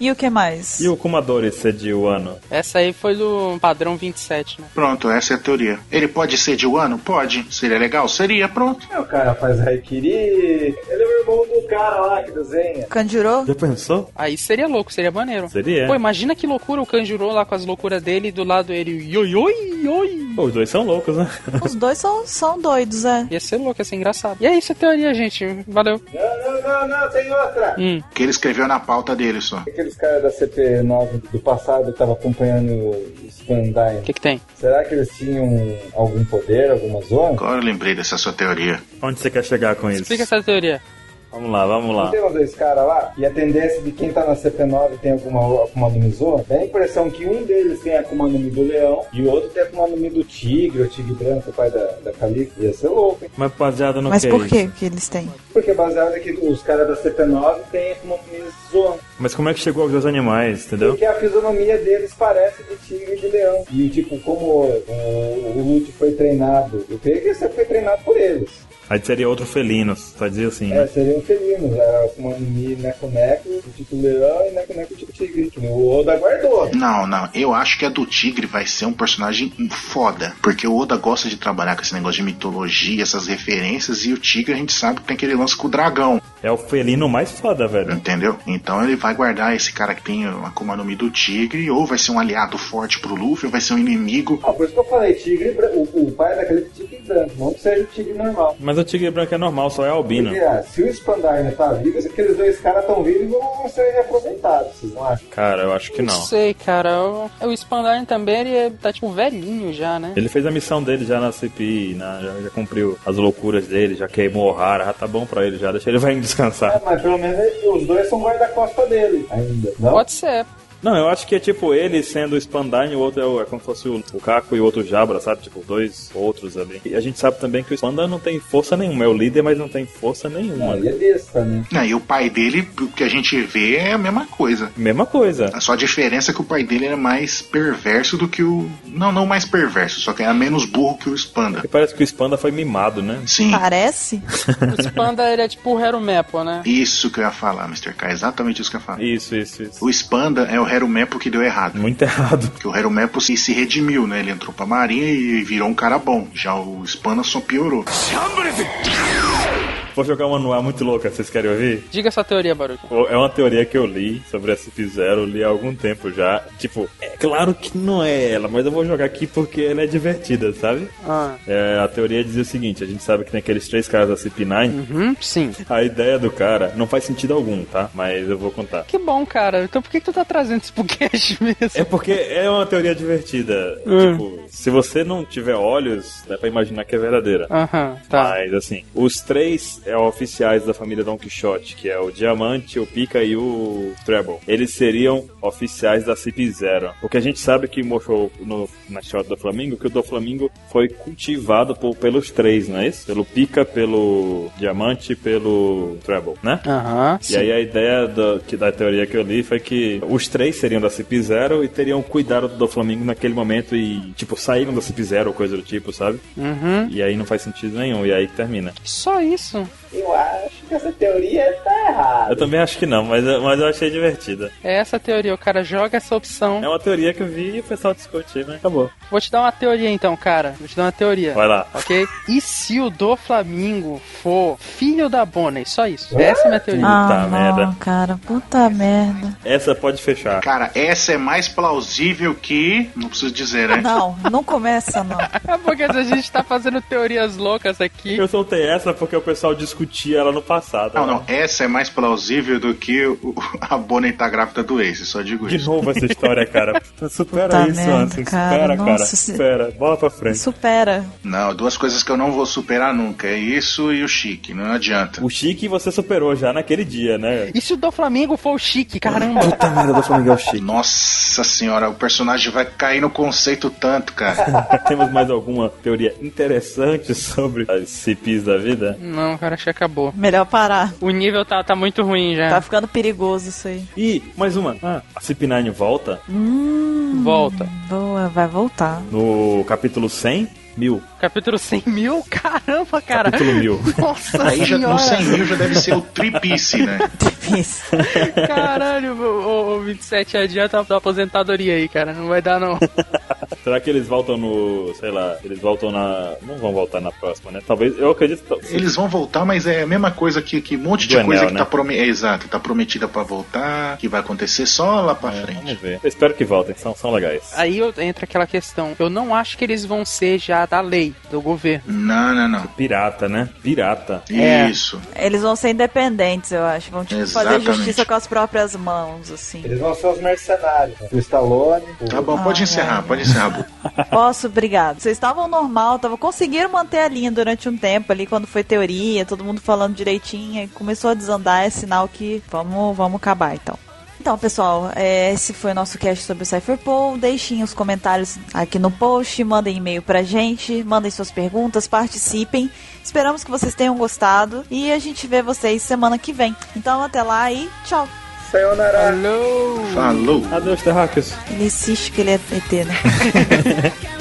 E o que mais?
E o Kumadori cediu o ano?
Essa aí foi do padrão 27, né?
Pronto, essa é a teoria. Ele
É,
pode ser de Wano? Pode. Seria legal? Seria, pronto.
Aí o cara faz Raikiri. Ele irmão do cara lá que desenha.
Kanjuro?
Já pensou?
Aí seria louco, seria maneiro.
Seria.
Pô, imagina que loucura o Kanjuro lá com as loucuras dele e do lado ele, ioi, ioi, ioi.
Pô, os dois são loucos, né?
Os dois são, são doidos, é.
Ia ser louco, ia ser engraçado. E é isso a teoria, gente. Valeu.
Não, não, não, não, tem outra.
Hum.
Que ele escreveu na pauta dele só.
Aqueles caras da CP9 do passado que estavam acompanhando o
O
Spandine,
que que tem?
será que eles tinham algum poder, alguma zona?
Agora eu lembrei dessa sua teoria.
Onde você quer chegar com É isso?
Explica essa teoria.
Vamos lá, vamos
Não
lá.
tem uns dois caras lá? E a tendência de quem tá na CP9 tem alguma Akuma no Mi Zona? Dá a impressão que um deles tem a Akuma no Mi do leão e o outro tem a Akuma no Mi do tigre, o tigre branco, o pai da, da Califa. Ia ser louco, hein?
Mas baseado no
Mas
que
por
é
que
isso?
que eles têm?
Porque baseado é que os caras da CP9 tem a Akuma no Mi Zona.
Mas como é que chegou aos dois animais, entendeu?
Porque a fisionomia deles parece de tigre e de leão. E, tipo, como o, o Lute foi treinado, eu creio que você foi treinado por eles.
Aí seria outro felino, só dizer assim,
É,
né?
seriam felinos. A Akuma no Mi Neconeco, o tipo leão e Neconeco tipo tigre. que O Oda guardou.
Não, não. Eu acho que a do Tigre vai ser um personagem foda. Porque o Oda gosta de trabalhar com esse negócio de mitologia, essas referências. E o Tigre a gente sabe que tem aquele lance com o dragão,
É o felino mais foda, velho.
entendeu? Então ele vai guardar esse cara que tem a Akuma no Mi do Tigre. Ou vai ser um aliado forte pro Luffy, ou vai ser um inimigo.
Ah, por isso que eu falei, tigre, bran- o, o pai daquele tigre branco, não que seja o tigre normal.
Mas o tigre branco é normal, só é albino.
Porque, ah, se o Spandine tá vivo, aqueles dois caras tão vivos vão ser reaproveitados, vocês não acham?
Cara, eu acho que não.
sei, cara. O, é, o Spandine também, ele é- tá tipo velhinho já, né?
Ele fez a missão dele já na CPI, na- já, já cumpriu as loucuras dele, já queimou o Hara, já tá bom pra ele já, deixa ele vai
É,
descansar.
mas pelo menos ele- os dois são guarda-costa dele ainda, não?
Pode ser.
Não, eu acho que é tipo ele sendo o Spandine, o outro é, o- é como se fosse o, o Caco e o outro Jabra, sabe? Tipo, dois outros ali. E a gente sabe também que o Spandine não tem força nenhuma, é o líder, mas não tem força nenhuma.
Não, ele é besta, né?
Né, E o pai dele, o que a gente vê, é a mesma coisa.
Mesma coisa.
A só diferença é que o pai dele era mais perverso do que o. Não, não mais perverso, só que era menos burro que o Spanda.
E parece que o Spanda foi mimado, né?
Sim,
Parece?
O Spanda, ele é tipo o Hero Maple, né?
isso que eu ia falar, Mr. K. Exatamente isso que eu ia falar.
Isso, isso, isso.
O Spanda é o Herumepo que deu errado.
Muito errado.
Porque o Herumepo se, se redimiu, né? Ele entrou pra marinha e virou um cara bom. Já o Spanda só piorou.
Vou jogar uma noir muito louca, vocês querem ouvir?
Diga essa teoria, Baruch.
É uma teoria que eu li sobre a CP0, li há algum tempo já. Tipo, é claro que não é ela, mas eu vou jogar aqui porque ela é divertida, sabe?
Ah.
É, a teoria dizia o seguinte: a gente sabe que tem aqueles três caras da CP9.
Uhum, sim.
A ideia do cara não faz sentido algum, tá? Mas eu vou contar.
Que bom, cara. Então por que, que tu tá trazendo isso pro cast mesmo?
É porque é uma teoria divertida. Tipo, se você não tiver olhos, dá pra imaginar que é verdadeira.
Aham, tá.
Mas assim, os três é, oficiais da família Don Quixote, que é o Diamante, o Pica e o Treble. Eles seriam oficiais da CP0. Porque a gente sabe que mostrou no, na história do Flamengo que o do Flamengo foi cultivado por- pelos três, não é isso? Pelo Pica, pelo Diamante e pelo Treble, né?
Aham,
E aí a ideia do- que, da teoria que eu li foi que os três seriam da CP0 e teriam cuidado do Flamengo naquele momento e, tipo, saíram da CP0 ou coisa do tipo, sabe?
Uhum.
E aí não faz sentido nenhum, e aí que termina.
Só isso.
Eu acho que essa teoria tá errada.
Eu também acho que não, mas, eu- mas eu achei divertida.
É essa a teoria. O cara joga essa opção.
É uma teoria que eu vi e o pessoal discutir, mas acabou.
Vou te dar uma teoria então, cara. Vou te dar uma teoria.
Vai lá.
Ok? E se o do Flamingo for filho da Bonnie? Só isso. Essa é a minha teoria.
Puta
ah,
merda.
não, cara. Puta merda.
Essa pode fechar.
Cara, essa é mais plausível que. Não preciso dizer, né?
Não, não começa, não.
É porque a gente tá fazendo teorias loucas aqui.
Eu soltei essa porque o pessoal discutia ela no passado.
Não, não. Essa é mais plausível do que o- a Bonnie tá grávida do Ace, só digo
De
isso.
novo essa história, cara. Supera
Puta
isso,
merda,
Anson.
cara.
Supera,
Nossa,
cara.
se-
Supera. Bola pra frente.
Supera.
Não, duas coisas que eu não vou superar nunca. É isso e o Chique. Não adianta.
O Chique você superou já naquele dia, né?
E se o do Flamengo for o chique, caramba?
Puta merda, do Flamengo é o Chique.
Nossa senhora, o personagem vai cair no conceito tanto, cara.
Temos mais alguma teoria interessante sobre as CPs da vida?
Não, cara, acho que acabou.
Melhor parar.
O nível tá, tá muito ruim já.
Tá
É.
ficando perigoso isso aí.
E mais uma. Ah, a CP9 volta
Volta.
Boa, vai voltar.
no capítulo 100 mil.
Capítulo 100 mil? Caramba, cara.
Capítulo mil.
Nossa
Aí já, tá
senhora.
no 100 mil já deve ser o tripice, né?
Difícil.
Caralho, o, o, o 27 adianta a aposentadoria aí, cara. Não vai dar, não.
Será que eles voltam no. sei lá, eles voltam na. Não vão voltar na próxima, né? Talvez. Eu acredito.
Eles vão voltar, mas é a mesma coisa que, que um monte de
Do
coisa
Enel,
que
né?
tá prometida. Exato, tá prometida pra voltar, que vai acontecer só lá pra
É,
frente.
vamos ver. Eu espero que voltem, são, são legais.
Aí eu- entra aquela questão. Eu não acho que eles vão ser já da lei, do governo.
Não, não, não.
Pirata, né? Pirata.
É.
Isso.
Eles vão ser independentes, eu acho. Vão tipo, fazer
Exatamente.
justiça com as próprias mãos, assim.
Eles vão ser os mercenários. né? O Stallone, o
Tá bom, pode
Ah,
encerrar,
é.
pode encerrar. Bu.
Posso? Obrigado. Vocês estavam normal, tava, conseguiram manter a linha durante um tempo ali, quando foi teoria, todo mundo falando direitinho, e começou a desandar, é sinal que vamos, vamos acabar então. Então, pessoal, é, esse foi o nosso cast sobre o Cypherpol. Deixem os comentários aqui no post, mandem e-mail pra gente, mandem suas perguntas, participem. Esperamos que vocês tenham gostado e a gente vê vocês semana que vem. Então, até lá e tchau.
Sayonara.
Alô!
Falou.
Adeus, Terráqueos.
Ele insiste que ele é ET, né?